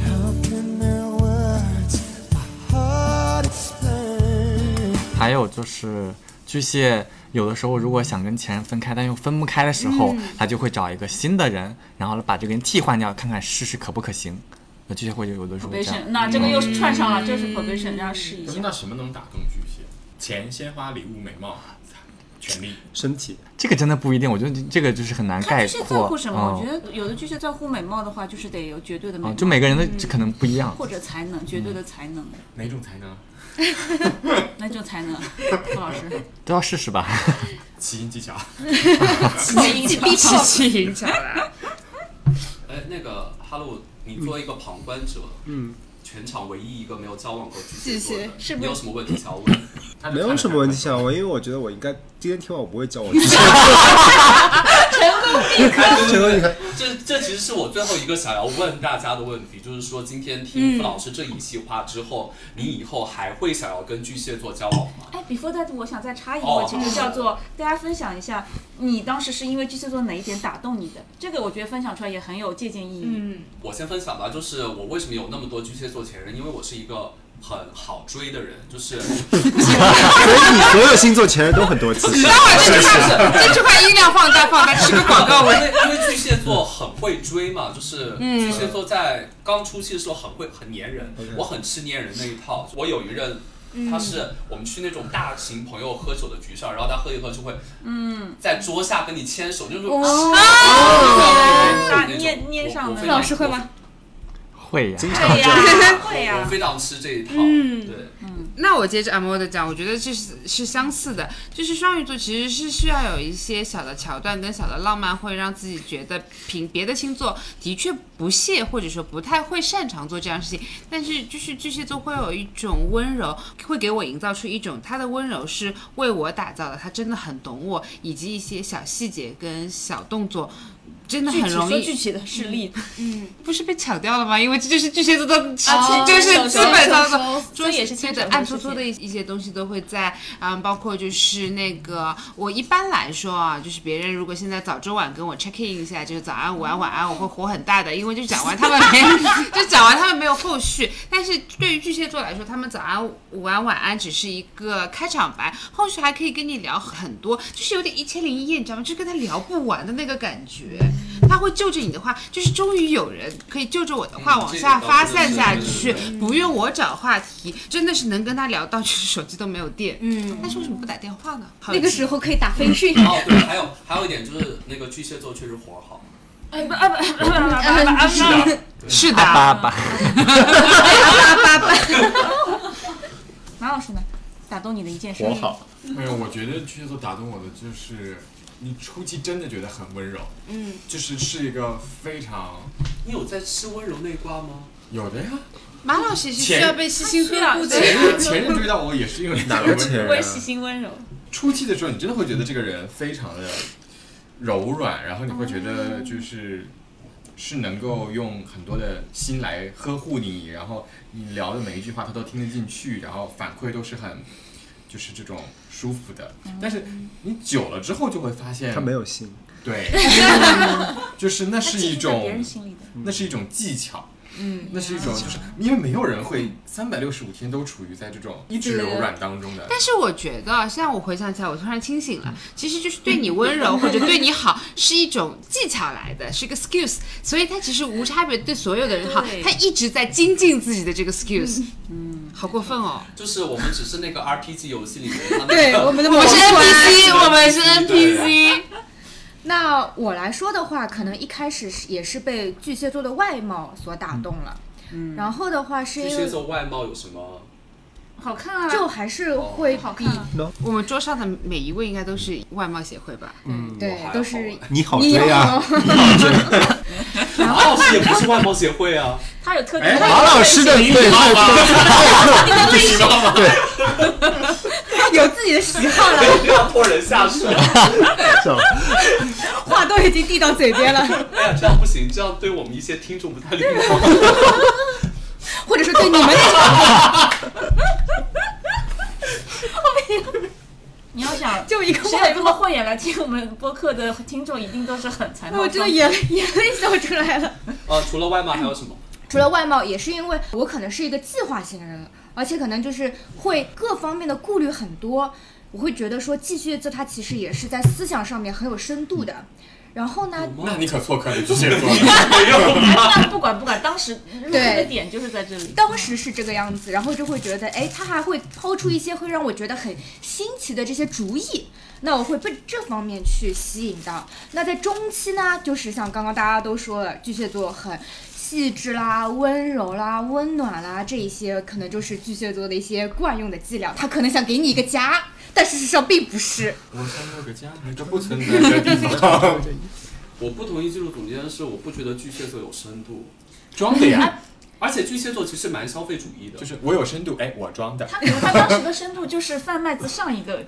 [SPEAKER 8] How can their words my heart explain?
[SPEAKER 6] 还有就是巨蟹，有的时候如果想跟前任分开，但又分不开的时候，
[SPEAKER 8] 嗯
[SPEAKER 6] 他就会找一个新的人，然后把这个人替换掉，看看试试可不可行。那巨蟹会有的时候这样
[SPEAKER 3] probation，。那这个又是串上了，
[SPEAKER 5] 嗯
[SPEAKER 3] 这是 probation，让试一
[SPEAKER 5] 不
[SPEAKER 3] 下
[SPEAKER 5] 是，。那什么能打动巨蟹？钱、鲜花、礼物、美貌、权力、
[SPEAKER 9] 身体。
[SPEAKER 6] 这个真的不一定，我觉得这个就是很难概
[SPEAKER 3] 巨蟹在
[SPEAKER 6] 括。
[SPEAKER 3] 乎什么？我觉
[SPEAKER 6] 得
[SPEAKER 3] 得有的巨蟹在乎美貌的话，就是得有绝对的美
[SPEAKER 6] 啊
[SPEAKER 3] 貌，，
[SPEAKER 6] 就每个人的
[SPEAKER 3] 嗯
[SPEAKER 6] 这可能不一样。
[SPEAKER 3] 或者才能，绝对的才能，
[SPEAKER 5] 哪种才能？
[SPEAKER 3] 那就才能。傅老师，
[SPEAKER 6] 都要试试吧。
[SPEAKER 5] 起因技巧。
[SPEAKER 3] 起因技巧
[SPEAKER 4] 必 (laughs) 须起因技巧啦。
[SPEAKER 2] 哎，那个哈喽，你作为一个旁观者，
[SPEAKER 9] 嗯，
[SPEAKER 2] 全场唯一一个没有交往过巨蟹
[SPEAKER 9] 巨
[SPEAKER 2] 座
[SPEAKER 9] 蟹
[SPEAKER 2] 的，
[SPEAKER 9] 是不
[SPEAKER 2] 你
[SPEAKER 9] 是
[SPEAKER 2] 有什么问题想要问？
[SPEAKER 9] 没有什么问题想问，因为我觉得我应该今天听完我不会教我
[SPEAKER 4] (laughs)
[SPEAKER 9] 自己。
[SPEAKER 2] 对
[SPEAKER 9] 成功
[SPEAKER 2] 对
[SPEAKER 9] 避坑
[SPEAKER 2] 对，这这其实是我最后一个想要问大家的问题，就是说今天
[SPEAKER 9] 嗯
[SPEAKER 2] 听傅老师这一席话之后，你以后还会想要跟巨蟹座交往吗？
[SPEAKER 3] 哎，before that，我想再插一个
[SPEAKER 2] 哦
[SPEAKER 3] 问题，就叫做大家分享一下，你当时是因为巨蟹座哪一点打动你的？这个我觉得分享出来也很有借鉴意义。
[SPEAKER 2] 嗯，我先分享吧，就是我为什么有那么多巨蟹座前任，因为我是一个很好追的人，就是
[SPEAKER 9] 所以你所有星座前任都很多次。
[SPEAKER 2] 你知道我这句话
[SPEAKER 4] (laughs) 这句话音量放大放大，是个广告
[SPEAKER 2] 因为 (laughs)
[SPEAKER 4] 位。
[SPEAKER 2] 因为巨蟹座很会追嘛，就是
[SPEAKER 4] 嗯
[SPEAKER 2] 巨蟹座在刚出戏的时候很会很粘人
[SPEAKER 9] OK，
[SPEAKER 2] 我很吃粘人那一套。我有一任
[SPEAKER 3] 嗯。
[SPEAKER 2] 他是我们去那种大型朋友喝酒的局上，然后他喝一喝就会
[SPEAKER 3] 嗯，
[SPEAKER 2] 在桌下跟你牵手，就是
[SPEAKER 3] 哦
[SPEAKER 2] 啊
[SPEAKER 3] 啊捏捏上了
[SPEAKER 2] 了。
[SPEAKER 3] 老师会吗？
[SPEAKER 6] 会呀，
[SPEAKER 9] 经
[SPEAKER 2] 常
[SPEAKER 4] 这样
[SPEAKER 2] 会呀
[SPEAKER 4] 会呀
[SPEAKER 2] 我非常吃这一套。
[SPEAKER 4] 嗯
[SPEAKER 2] 对，
[SPEAKER 4] 那我接着阿莫的讲，我觉得这是是相似的，就是双鱼座其实是需要有一些小的桥段跟小的浪漫，会让自己觉得凭别的星座的确不屑或者说不太会擅长做这样的事情，但是就是巨蟹座会有一种温柔，会给我营造出一种他的温柔是为我打造的，他真的很懂我，以及一些小细节跟小动作。真的很容易
[SPEAKER 3] 具体说具体的事例，
[SPEAKER 4] 嗯，不是被抢掉了吗？因为这就是巨蟹座的，
[SPEAKER 3] 啊
[SPEAKER 4] 就
[SPEAKER 3] 亲手
[SPEAKER 4] 是
[SPEAKER 3] 手
[SPEAKER 4] 资本上
[SPEAKER 3] 手
[SPEAKER 4] 的
[SPEAKER 3] 手
[SPEAKER 4] 桌
[SPEAKER 3] 这也是
[SPEAKER 4] 对
[SPEAKER 3] 亲
[SPEAKER 4] 的
[SPEAKER 3] 手，
[SPEAKER 4] 暗
[SPEAKER 3] 的
[SPEAKER 4] 搓
[SPEAKER 3] 事
[SPEAKER 4] 搓
[SPEAKER 3] 情
[SPEAKER 4] 的一一些东西都会在，嗯，包括就是那个，我一般来说啊，就是别人如果现在早中晚跟我 check in 一下，就是早安、午安、晚安，我会火很大的，因为就讲完他们没，就讲完他们没有后续。但是对于巨蟹座来说，他们早安、午安、晚安只是一个开场白，后续还可以跟你聊很多，就是有点一千零一夜，你知道吗？就跟他聊不完的那个感觉。他会就着你的话，就是终于有人可以就着我的话
[SPEAKER 3] 嗯
[SPEAKER 4] 往
[SPEAKER 3] 这个
[SPEAKER 4] 下
[SPEAKER 3] 倒
[SPEAKER 4] 发
[SPEAKER 3] 是
[SPEAKER 4] 散
[SPEAKER 3] 是
[SPEAKER 4] 下
[SPEAKER 3] 是是
[SPEAKER 4] 去，不用我找话题，真的是能跟他聊到就是手机都没有电。嗯，但是为什么不打电话呢？
[SPEAKER 10] (coughs) (laughs) 那个时候可以打飞讯。
[SPEAKER 2] 哦，对，还有还有一点就是那个巨蟹座确实活好，
[SPEAKER 3] 哎不哎不哎不哎不哎不哎
[SPEAKER 4] 嗯
[SPEAKER 3] 不哎不
[SPEAKER 4] 是的，
[SPEAKER 6] 阿巴阿巴，
[SPEAKER 3] 马老师呢？打动你的一件事，
[SPEAKER 5] 活好。没有，我觉得巨蟹座打动我的就是，你初期真的觉得很温柔，
[SPEAKER 10] 嗯，
[SPEAKER 5] 就是是一个非常
[SPEAKER 2] 你有在吃温柔内瓜吗？
[SPEAKER 5] 有的呀。
[SPEAKER 4] 马老师也是需
[SPEAKER 5] 前
[SPEAKER 4] 要被细心呵护的
[SPEAKER 5] 前
[SPEAKER 4] 呀。
[SPEAKER 5] 任前任追到我也是因为
[SPEAKER 7] 哪个前任啊
[SPEAKER 3] 我也喜新温柔。
[SPEAKER 5] 初期的时候，你真的会觉得这个人非常的柔软，然后你会觉得就是是能够用很多的心来呵护你，然后你聊的每一句话他都听得进去，然后反馈都是很就是这种舒服的。但是你久了之后就会发现，
[SPEAKER 9] 他没有心，
[SPEAKER 3] (laughs)
[SPEAKER 5] 对，就是那是一
[SPEAKER 3] 在别人
[SPEAKER 5] 种
[SPEAKER 3] 心里的。
[SPEAKER 5] 那是一种技巧。嗯，那是一种，就是因为没有人会三百六十五天都处于在这种一直柔软当中的。
[SPEAKER 4] 但是我觉得，现在我回想起来，我突然清醒了，其实就是对你温柔或者对你 (laughs) 好，是一种技巧来的，是一个 skills，所以他其实无差别对所有的人好
[SPEAKER 3] 对，
[SPEAKER 4] 他一直在精进自己的这个 skills，嗯，好过分哦。
[SPEAKER 2] 就是我们只是那个 RPG 游戏里面他
[SPEAKER 10] 对
[SPEAKER 2] 那个
[SPEAKER 10] 我们的
[SPEAKER 4] 我
[SPEAKER 10] 某
[SPEAKER 4] 们是
[SPEAKER 10] 关。
[SPEAKER 4] NPC，我们是 NPC，
[SPEAKER 1] 那我来说的话，可能一开始是也是被巨蟹座的外貌所打动了，嗯，然后的话是
[SPEAKER 2] 巨
[SPEAKER 1] 因
[SPEAKER 2] 蟹
[SPEAKER 1] 为
[SPEAKER 2] 座外貌有什么？
[SPEAKER 3] 好看啊，
[SPEAKER 1] 就还是会
[SPEAKER 3] 好
[SPEAKER 1] 比
[SPEAKER 3] 看啊。
[SPEAKER 4] 我们桌上的每一位应该都是外貌协会吧？
[SPEAKER 2] 我还
[SPEAKER 1] 对
[SPEAKER 2] 嗯好
[SPEAKER 1] 都是
[SPEAKER 9] 你好
[SPEAKER 1] 你
[SPEAKER 9] 追啊！
[SPEAKER 1] 有
[SPEAKER 3] (laughs)
[SPEAKER 2] 马老哦师也不是外貌协会
[SPEAKER 1] (laughs)
[SPEAKER 2] 啊，
[SPEAKER 3] 他有特定
[SPEAKER 5] 哎
[SPEAKER 3] 的，
[SPEAKER 6] 马老师的对对对对，
[SPEAKER 1] 有自己的喜好了，
[SPEAKER 2] 不要拖人下水。啊
[SPEAKER 1] 话都已经递到嘴边
[SPEAKER 4] (laughs)
[SPEAKER 1] 了，
[SPEAKER 2] 哎呀，这样不行，这样对我们一些听众不太礼貌。
[SPEAKER 1] 或者是对你们
[SPEAKER 3] 你要想
[SPEAKER 1] 就一个
[SPEAKER 3] 谁
[SPEAKER 1] 外
[SPEAKER 3] 有这么慧眼来听我们播客的听众，一定都是很才貌
[SPEAKER 1] 我
[SPEAKER 3] 双
[SPEAKER 1] 真
[SPEAKER 3] 全。
[SPEAKER 1] 的眼眼泪笑出来了。
[SPEAKER 2] 呃，除了外貌还有什么？
[SPEAKER 1] 除了外貌，也是因为我可能是一个计划型人，而且可能就是会各方面的顾虑很多。我会觉得说，巨蟹座他其实也是在思想上面很有深度的。然后呢，
[SPEAKER 5] 那你可错怪了巨蟹座了。
[SPEAKER 3] 哎那不管不管，当时入坑的
[SPEAKER 1] 对
[SPEAKER 3] 点就是在这里。
[SPEAKER 1] 当时是这个样子，然后就会觉得，哎，他还会抛出一些会让我觉得很新奇的这些主意，那我会被这方面去吸引到。那在中期呢，就是像刚刚大家都说了，巨蟹座很细致啦、温柔啦、温暖啦，这一些可能就是巨蟹座的一些惯用的伎俩。他可能想给你一个家，但事实上并不是。
[SPEAKER 5] 我像那个家， (laughs) 这不存在的地方，
[SPEAKER 2] 我不同意记录总监的是，我不觉得巨蟹座有深度，
[SPEAKER 5] (laughs) 装的
[SPEAKER 3] 啊
[SPEAKER 5] 呀，
[SPEAKER 2] 而且巨蟹座其实蛮消费主义的
[SPEAKER 5] 就。是我有深度，哎，我装的。
[SPEAKER 3] 他可能他当时的深度就是贩卖自上一个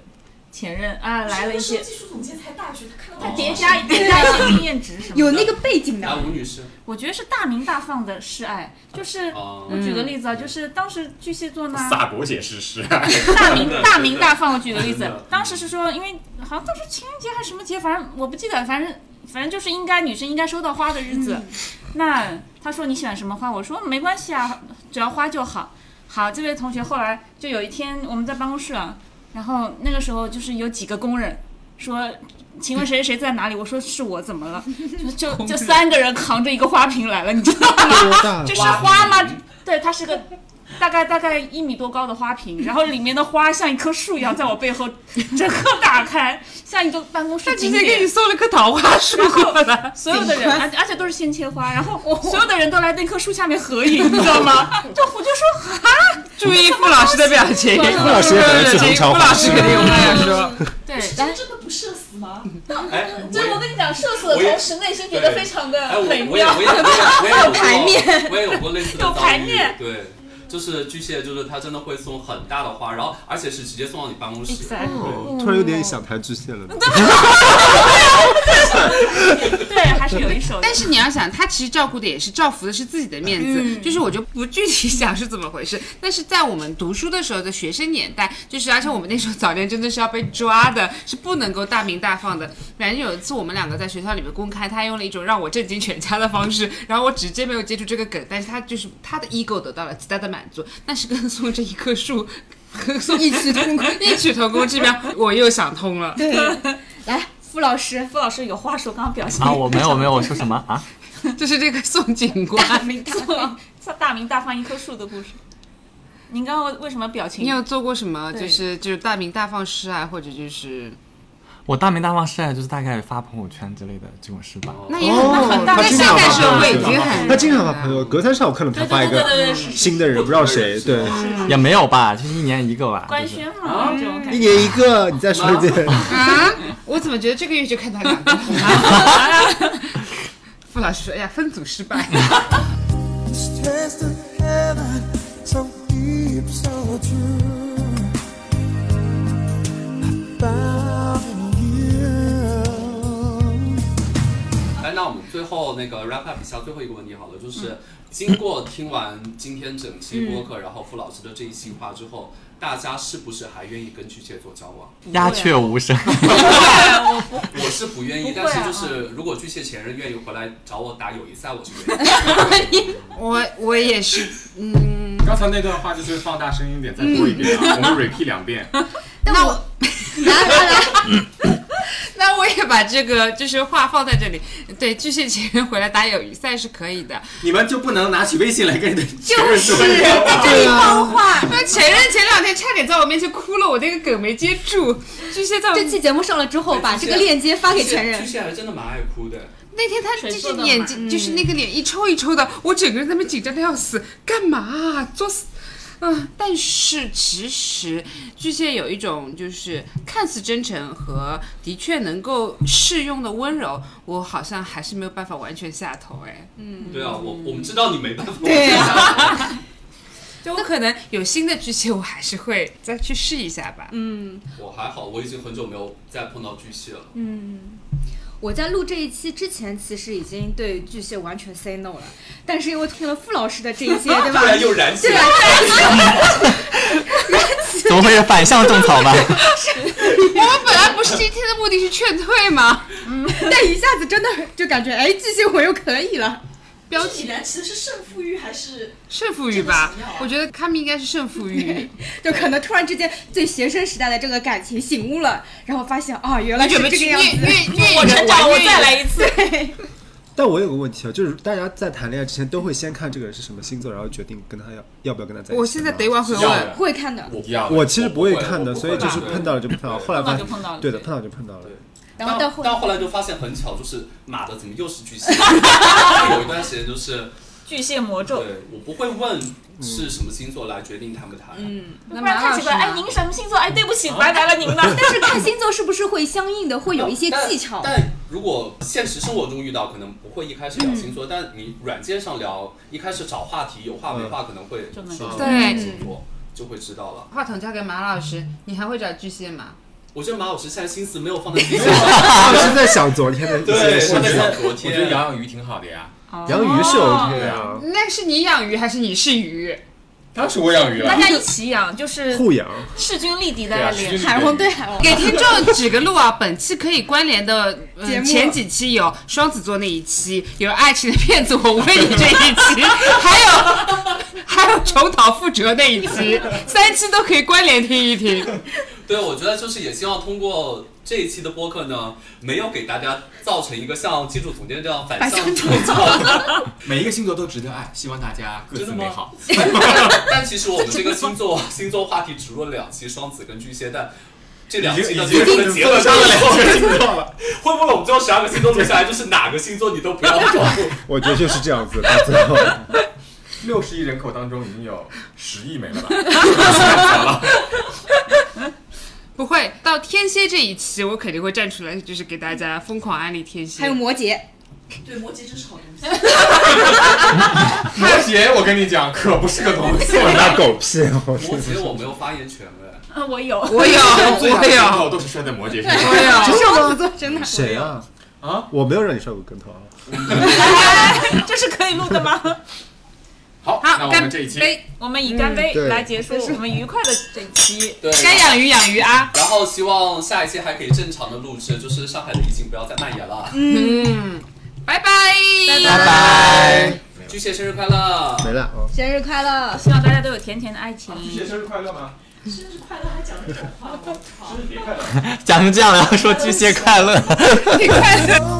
[SPEAKER 3] 前任啊，来了一些，
[SPEAKER 11] 技术总监才大学，他看到
[SPEAKER 3] 他叠加叠加一些经验值什么的。
[SPEAKER 1] 有那个背景
[SPEAKER 2] 来，
[SPEAKER 1] 的，
[SPEAKER 2] 呃哎吴女士，
[SPEAKER 3] 我觉得是大鸣大放的示爱，就是
[SPEAKER 2] 哦
[SPEAKER 11] 嗯
[SPEAKER 3] 我举个例子啊，就是当时巨蟹座呢，
[SPEAKER 5] 撒狗血试试，
[SPEAKER 3] 大鸣大鸣大放。我举个例
[SPEAKER 2] 真
[SPEAKER 3] 子
[SPEAKER 2] 的，
[SPEAKER 3] 当时是说，因为好像当时情人节还是什么节，反正我不记得，反正反正就是应该女生应该收到花的日子。那他说你喜欢什么花？我说没关系啊，只要花就好。好，这位同学后来就有一天我们在办公室啊，然后那个时候就是有几个工人说。请问谁谁谁在哪里？我说是我，怎么了？就就就三个人扛着一个花瓶来了，你知道吗？
[SPEAKER 9] 多大
[SPEAKER 3] 这是花吗？对，它是个大概大概一米多高的花瓶，然后里面的花像一棵树一样在我背后整个打开，像一个办公室
[SPEAKER 4] 他直
[SPEAKER 3] 景
[SPEAKER 4] 接给你
[SPEAKER 3] 点。
[SPEAKER 4] 送了棵桃花树过来，哦
[SPEAKER 3] 所有的人，而而且都是鲜切花，然后所有的人都来那棵树下面合影，你知道吗？就我就说啊，
[SPEAKER 4] 注意傅老师的表情。傅
[SPEAKER 9] 老师也可能去红桥
[SPEAKER 4] 傅老师肯定有那样说。
[SPEAKER 3] 对，
[SPEAKER 11] 这真的不社死吗？ (laughs)
[SPEAKER 2] 哎，
[SPEAKER 11] 对，我
[SPEAKER 2] 我
[SPEAKER 11] 跟你讲，社死的
[SPEAKER 2] 我也
[SPEAKER 11] 同时内心觉得非常
[SPEAKER 2] 哎，我
[SPEAKER 11] 的美
[SPEAKER 2] 我也
[SPEAKER 11] 妙。
[SPEAKER 2] 我也我
[SPEAKER 11] (laughs)
[SPEAKER 2] 也有
[SPEAKER 1] 排
[SPEAKER 2] 面，我也有过类似的
[SPEAKER 3] 有
[SPEAKER 2] 遭
[SPEAKER 3] 排
[SPEAKER 2] 遇
[SPEAKER 3] 面，
[SPEAKER 2] 对。就是巨蟹，就是他真的会送很大的花，然后而且是直接送到你办公室。
[SPEAKER 4] 哦
[SPEAKER 9] 突然有点想谈巨蟹了。
[SPEAKER 3] 对，还是有一手的。
[SPEAKER 4] 但是你要想，他其实照顾的也是照顾的是自己的面子，
[SPEAKER 1] 嗯
[SPEAKER 4] 就是我就不具体想是怎么回事。但是在我们读书的时候的学生年代，就是而且我们那时候早恋真的是要被抓的，是不能够大鸣大放的。反正有一次我们两个在学校里面公开，他用了一种让我震惊全家的方式，然后我直接没有接住这个梗，但是他就是他的 ego 得到了极大的满足，但是跟 (laughs) 送这一棵树。 (laughs) 异曲同工，异曲同工之妙，我又想通了。
[SPEAKER 1] 对，来，傅老师，
[SPEAKER 3] 傅老师有话说，刚刚表现
[SPEAKER 6] 啊，我没有没有，我说什么啊？
[SPEAKER 4] (laughs) 就是这个宋警官， (laughs)
[SPEAKER 3] 大名大放，大名大放一棵树的故事。您刚刚为什么表情？
[SPEAKER 4] 你有做过什么就
[SPEAKER 3] 对
[SPEAKER 4] 啊是就是大名大放示爱，或者就是
[SPEAKER 6] 我大名大放晒就是大概发朋友圈之类的这种事吧。 (laughs)
[SPEAKER 4] 那也很很大
[SPEAKER 9] 哦他
[SPEAKER 4] 在
[SPEAKER 9] 经
[SPEAKER 4] 现
[SPEAKER 9] 常
[SPEAKER 4] 代
[SPEAKER 9] 发
[SPEAKER 4] 社
[SPEAKER 9] 朋友
[SPEAKER 4] 会
[SPEAKER 9] 圈
[SPEAKER 4] 已经很
[SPEAKER 9] 他经常发朋友，隔三差五看到他发一个
[SPEAKER 4] 对对对对对是
[SPEAKER 9] 新的人，不知道谁，对，
[SPEAKER 6] 也没有吧，就是一年一个吧。
[SPEAKER 3] 官宣嘛，这种
[SPEAKER 9] 一
[SPEAKER 3] 感觉。
[SPEAKER 9] 年一啊个，你再说一遍。
[SPEAKER 4] 啊！ (laughs) 我怎么觉得这个月就看到两个？ (laughs) 傅老师说：“哎呀，分组失 (laughs) 败。
[SPEAKER 8] This taste of heaven, so deep, so true. I found in you.
[SPEAKER 2] 哎，那我们最后那个 wrap up 一下最后一个问题好了，就是经过听完今天整期播客，然后傅老师的这一席话之后，大家是不是还愿意跟巨蟹座交 (laughs) 往？
[SPEAKER 6] 鸦雀无声。
[SPEAKER 2] 我是不嗯愿意，
[SPEAKER 4] 不
[SPEAKER 2] 但
[SPEAKER 4] 会
[SPEAKER 2] 是
[SPEAKER 4] 啊
[SPEAKER 2] 就是如果巨蟹前任愿意回来找我打友谊赛，我是愿意。
[SPEAKER 4] 我我也是，嗯。
[SPEAKER 5] 刚才那段话就是放大声音点，再播一遍
[SPEAKER 3] (laughs)
[SPEAKER 5] 啊，我们 repeat 两遍。
[SPEAKER 4] 那我来来来，那我也把这个就是话放在这里。对，巨蟹情人回来打友谊赛是可以的，
[SPEAKER 5] 你们就不能拿起微信来跟你的前
[SPEAKER 4] 就
[SPEAKER 5] 任
[SPEAKER 4] 是
[SPEAKER 5] 说
[SPEAKER 4] 在
[SPEAKER 5] 一下吗
[SPEAKER 4] 这里放
[SPEAKER 2] 啊
[SPEAKER 4] 话。那前任前两天差点在我面前哭了，我那个梗没接住。巨蟹在这期
[SPEAKER 10] 节目上了之后，把这个链接发给前任
[SPEAKER 2] 巨。蟹还真的蛮爱哭的。
[SPEAKER 4] 那天他就
[SPEAKER 2] 谁
[SPEAKER 4] 是
[SPEAKER 2] 做的
[SPEAKER 4] 眼
[SPEAKER 2] 嘛
[SPEAKER 4] 睛，就是那个脸一抽一抽的，我整个人在那边紧张的要死，干嘛啊作死？嗯，但是其实巨蟹有一种就是看似真诚和的确能够适用的温柔，我好像还是没有办法完全下头哎。嗯
[SPEAKER 2] 对啊，我我们知道你没办法。
[SPEAKER 4] 对啊，就我可能有新的巨蟹，我还是会再去试一下吧。
[SPEAKER 10] 嗯
[SPEAKER 2] 我还好，我已经很久没有再碰到巨蟹了。
[SPEAKER 10] 嗯，我在录这一期之前，其实已经对巨蟹完全 say no 了，但是因为听了傅老师的这一些，对吧？
[SPEAKER 2] 突然啊又燃起
[SPEAKER 10] 对吧？
[SPEAKER 5] (laughs)
[SPEAKER 6] 怎么会有反向种草吧？
[SPEAKER 4] 我们本来不是今天的目的是劝退吗？
[SPEAKER 10] 嗯，但一下子真的就感觉，哎，巨蟹我又可以了。
[SPEAKER 4] 标
[SPEAKER 11] 题燃其实是胜负欲还是
[SPEAKER 4] 胜负欲吧，
[SPEAKER 11] 啊
[SPEAKER 4] 我觉得他们应该是胜负 (laughs) 欲。
[SPEAKER 10] 就可能突然之间对学生时代的这个感情醒悟了，然后发现啊，原来
[SPEAKER 4] 你
[SPEAKER 10] 是
[SPEAKER 4] 准备
[SPEAKER 10] 这个
[SPEAKER 4] 去
[SPEAKER 10] 样子。
[SPEAKER 4] 虐虐虐我成长我我再虐来一次
[SPEAKER 10] 对，
[SPEAKER 9] 但我有个问题啊，就是大家在谈恋爱之前都会先看这个人是什么星座，然后决定跟他要要不要跟他在一起。
[SPEAKER 4] 我现在得往回
[SPEAKER 9] 是这样
[SPEAKER 4] 问
[SPEAKER 9] 的，
[SPEAKER 10] 会看的。
[SPEAKER 9] 我其实不会看
[SPEAKER 2] 我
[SPEAKER 9] 的，
[SPEAKER 2] 不会
[SPEAKER 9] 所以就是
[SPEAKER 2] 对
[SPEAKER 9] 碰到了就碰到了，后来发现
[SPEAKER 2] 碰到就碰到了
[SPEAKER 9] 对的，碰到就碰到了。
[SPEAKER 10] 然后到后
[SPEAKER 2] 但后来就发现很巧，就是妈的，怎么又是巨 (laughs) 蟹？有一段时间就是
[SPEAKER 3] 巨蟹魔咒。
[SPEAKER 2] 对我不会问是什么星座来决定谈不谈。
[SPEAKER 3] 嗯，不
[SPEAKER 10] 那
[SPEAKER 3] 然看起来，
[SPEAKER 10] 马老师
[SPEAKER 3] 哎，
[SPEAKER 10] 呢
[SPEAKER 3] 您什么星座？哎，对不起，白来了您了。
[SPEAKER 10] 但是看星座是不是会相应的会有一些技巧？
[SPEAKER 2] 但如果现实生活中遇到，可能不会一开始聊
[SPEAKER 10] 嗯
[SPEAKER 2] 星座，但你软件上聊，一开始找话题，有话没话可能会
[SPEAKER 4] 就
[SPEAKER 2] 说
[SPEAKER 4] 能
[SPEAKER 2] 出
[SPEAKER 10] 嗯
[SPEAKER 4] 对
[SPEAKER 2] 星座，就会知道了。
[SPEAKER 4] 话筒交给马老师，你还会找巨蟹吗？
[SPEAKER 2] 我觉得马老师现在心思没有放在星
[SPEAKER 10] (laughs)
[SPEAKER 2] 座
[SPEAKER 9] 我
[SPEAKER 2] 上，
[SPEAKER 9] 是在想昨天的一些
[SPEAKER 2] 对
[SPEAKER 9] 事
[SPEAKER 2] 我在
[SPEAKER 9] 情。
[SPEAKER 2] 想昨哦天
[SPEAKER 5] 我觉得养养鱼挺好的呀，
[SPEAKER 9] 养鱼是 OK 的啊，
[SPEAKER 4] 那是你养鱼还是你是 (laughs) 鱼？
[SPEAKER 5] 当时我养鱼了
[SPEAKER 3] 大。家一起
[SPEAKER 9] (laughs)
[SPEAKER 3] 养，就是
[SPEAKER 9] 互养
[SPEAKER 3] 势均力敌
[SPEAKER 5] (laughs) 对啊
[SPEAKER 3] 的
[SPEAKER 5] 势均
[SPEAKER 3] 联
[SPEAKER 5] 力敌海王对海
[SPEAKER 4] 给听众指个路啊！本期可以关联的、呃
[SPEAKER 3] 节目
[SPEAKER 4] 前几期有双子座那一期，有爱情的骗子我问你这一期， (laughs) 还有还有重蹈覆辙那一期，三期都可以关联听一听。
[SPEAKER 2] 对，我觉得就是也希望通过这一期的播客呢，没有给大家造成一个像基础总监这样反向操 (laughs) 作。
[SPEAKER 5] 每一个星座都值得爱，希望大家各自美好。 (laughs)
[SPEAKER 2] 但其实我们这个星座星座话题只录了两期双子跟巨蟹，但这两期的
[SPEAKER 5] 已经
[SPEAKER 2] 结
[SPEAKER 5] 已
[SPEAKER 2] 合
[SPEAKER 5] 经
[SPEAKER 2] 结合
[SPEAKER 5] 上
[SPEAKER 2] 上
[SPEAKER 5] 了两期
[SPEAKER 2] 星座了，会不会我们最后十二个星座录下来，就是哪个星座你都不要中？
[SPEAKER 9] 我觉得就是这样子，到最后
[SPEAKER 5] 六十亿人口当中已经有十亿没了吧？
[SPEAKER 4] 不会到天蝎这一期，我肯定会站出来，就是给大家疯狂安利天蝎。
[SPEAKER 10] 还有摩羯，
[SPEAKER 11] 对摩羯真是好东西。
[SPEAKER 5] 摩羯，我跟你讲，可不是个东西。
[SPEAKER 9] (laughs) 我那狗屁！我
[SPEAKER 2] 摩羯我没有发言权了，
[SPEAKER 3] 啊，我有，
[SPEAKER 4] 我有
[SPEAKER 5] 最大的功劳都是摔在摩羯身上。
[SPEAKER 2] (laughs)
[SPEAKER 10] 双子座真的
[SPEAKER 9] 谁啊？
[SPEAKER 5] 啊！
[SPEAKER 9] 我没有让你摔过跟头啊！
[SPEAKER 3] (laughs) 这是可以录的吗？
[SPEAKER 5] 好，那我们这一期，
[SPEAKER 4] 杯，
[SPEAKER 3] 我们以干杯
[SPEAKER 5] 嗯对
[SPEAKER 3] 来结束我们愉快的这一期。
[SPEAKER 2] 对
[SPEAKER 4] 该养鱼养鱼啊！
[SPEAKER 2] 然后希望下一期还可以正常的录制，就是上海的疫情不要再蔓延了。
[SPEAKER 4] 嗯，拜拜，
[SPEAKER 2] 拜拜，
[SPEAKER 6] (laughs)
[SPEAKER 2] 巨蟹生日快乐！
[SPEAKER 9] 没了啊！
[SPEAKER 10] 生日快乐！
[SPEAKER 3] 希望大家都有甜甜的爱情。
[SPEAKER 5] 巨蟹生日快乐吗？
[SPEAKER 11] 生日快乐，还讲这种话，我靠！
[SPEAKER 5] 生日节快乐！
[SPEAKER 6] 讲成这样了，要说巨蟹快乐。
[SPEAKER 4] 你快乐。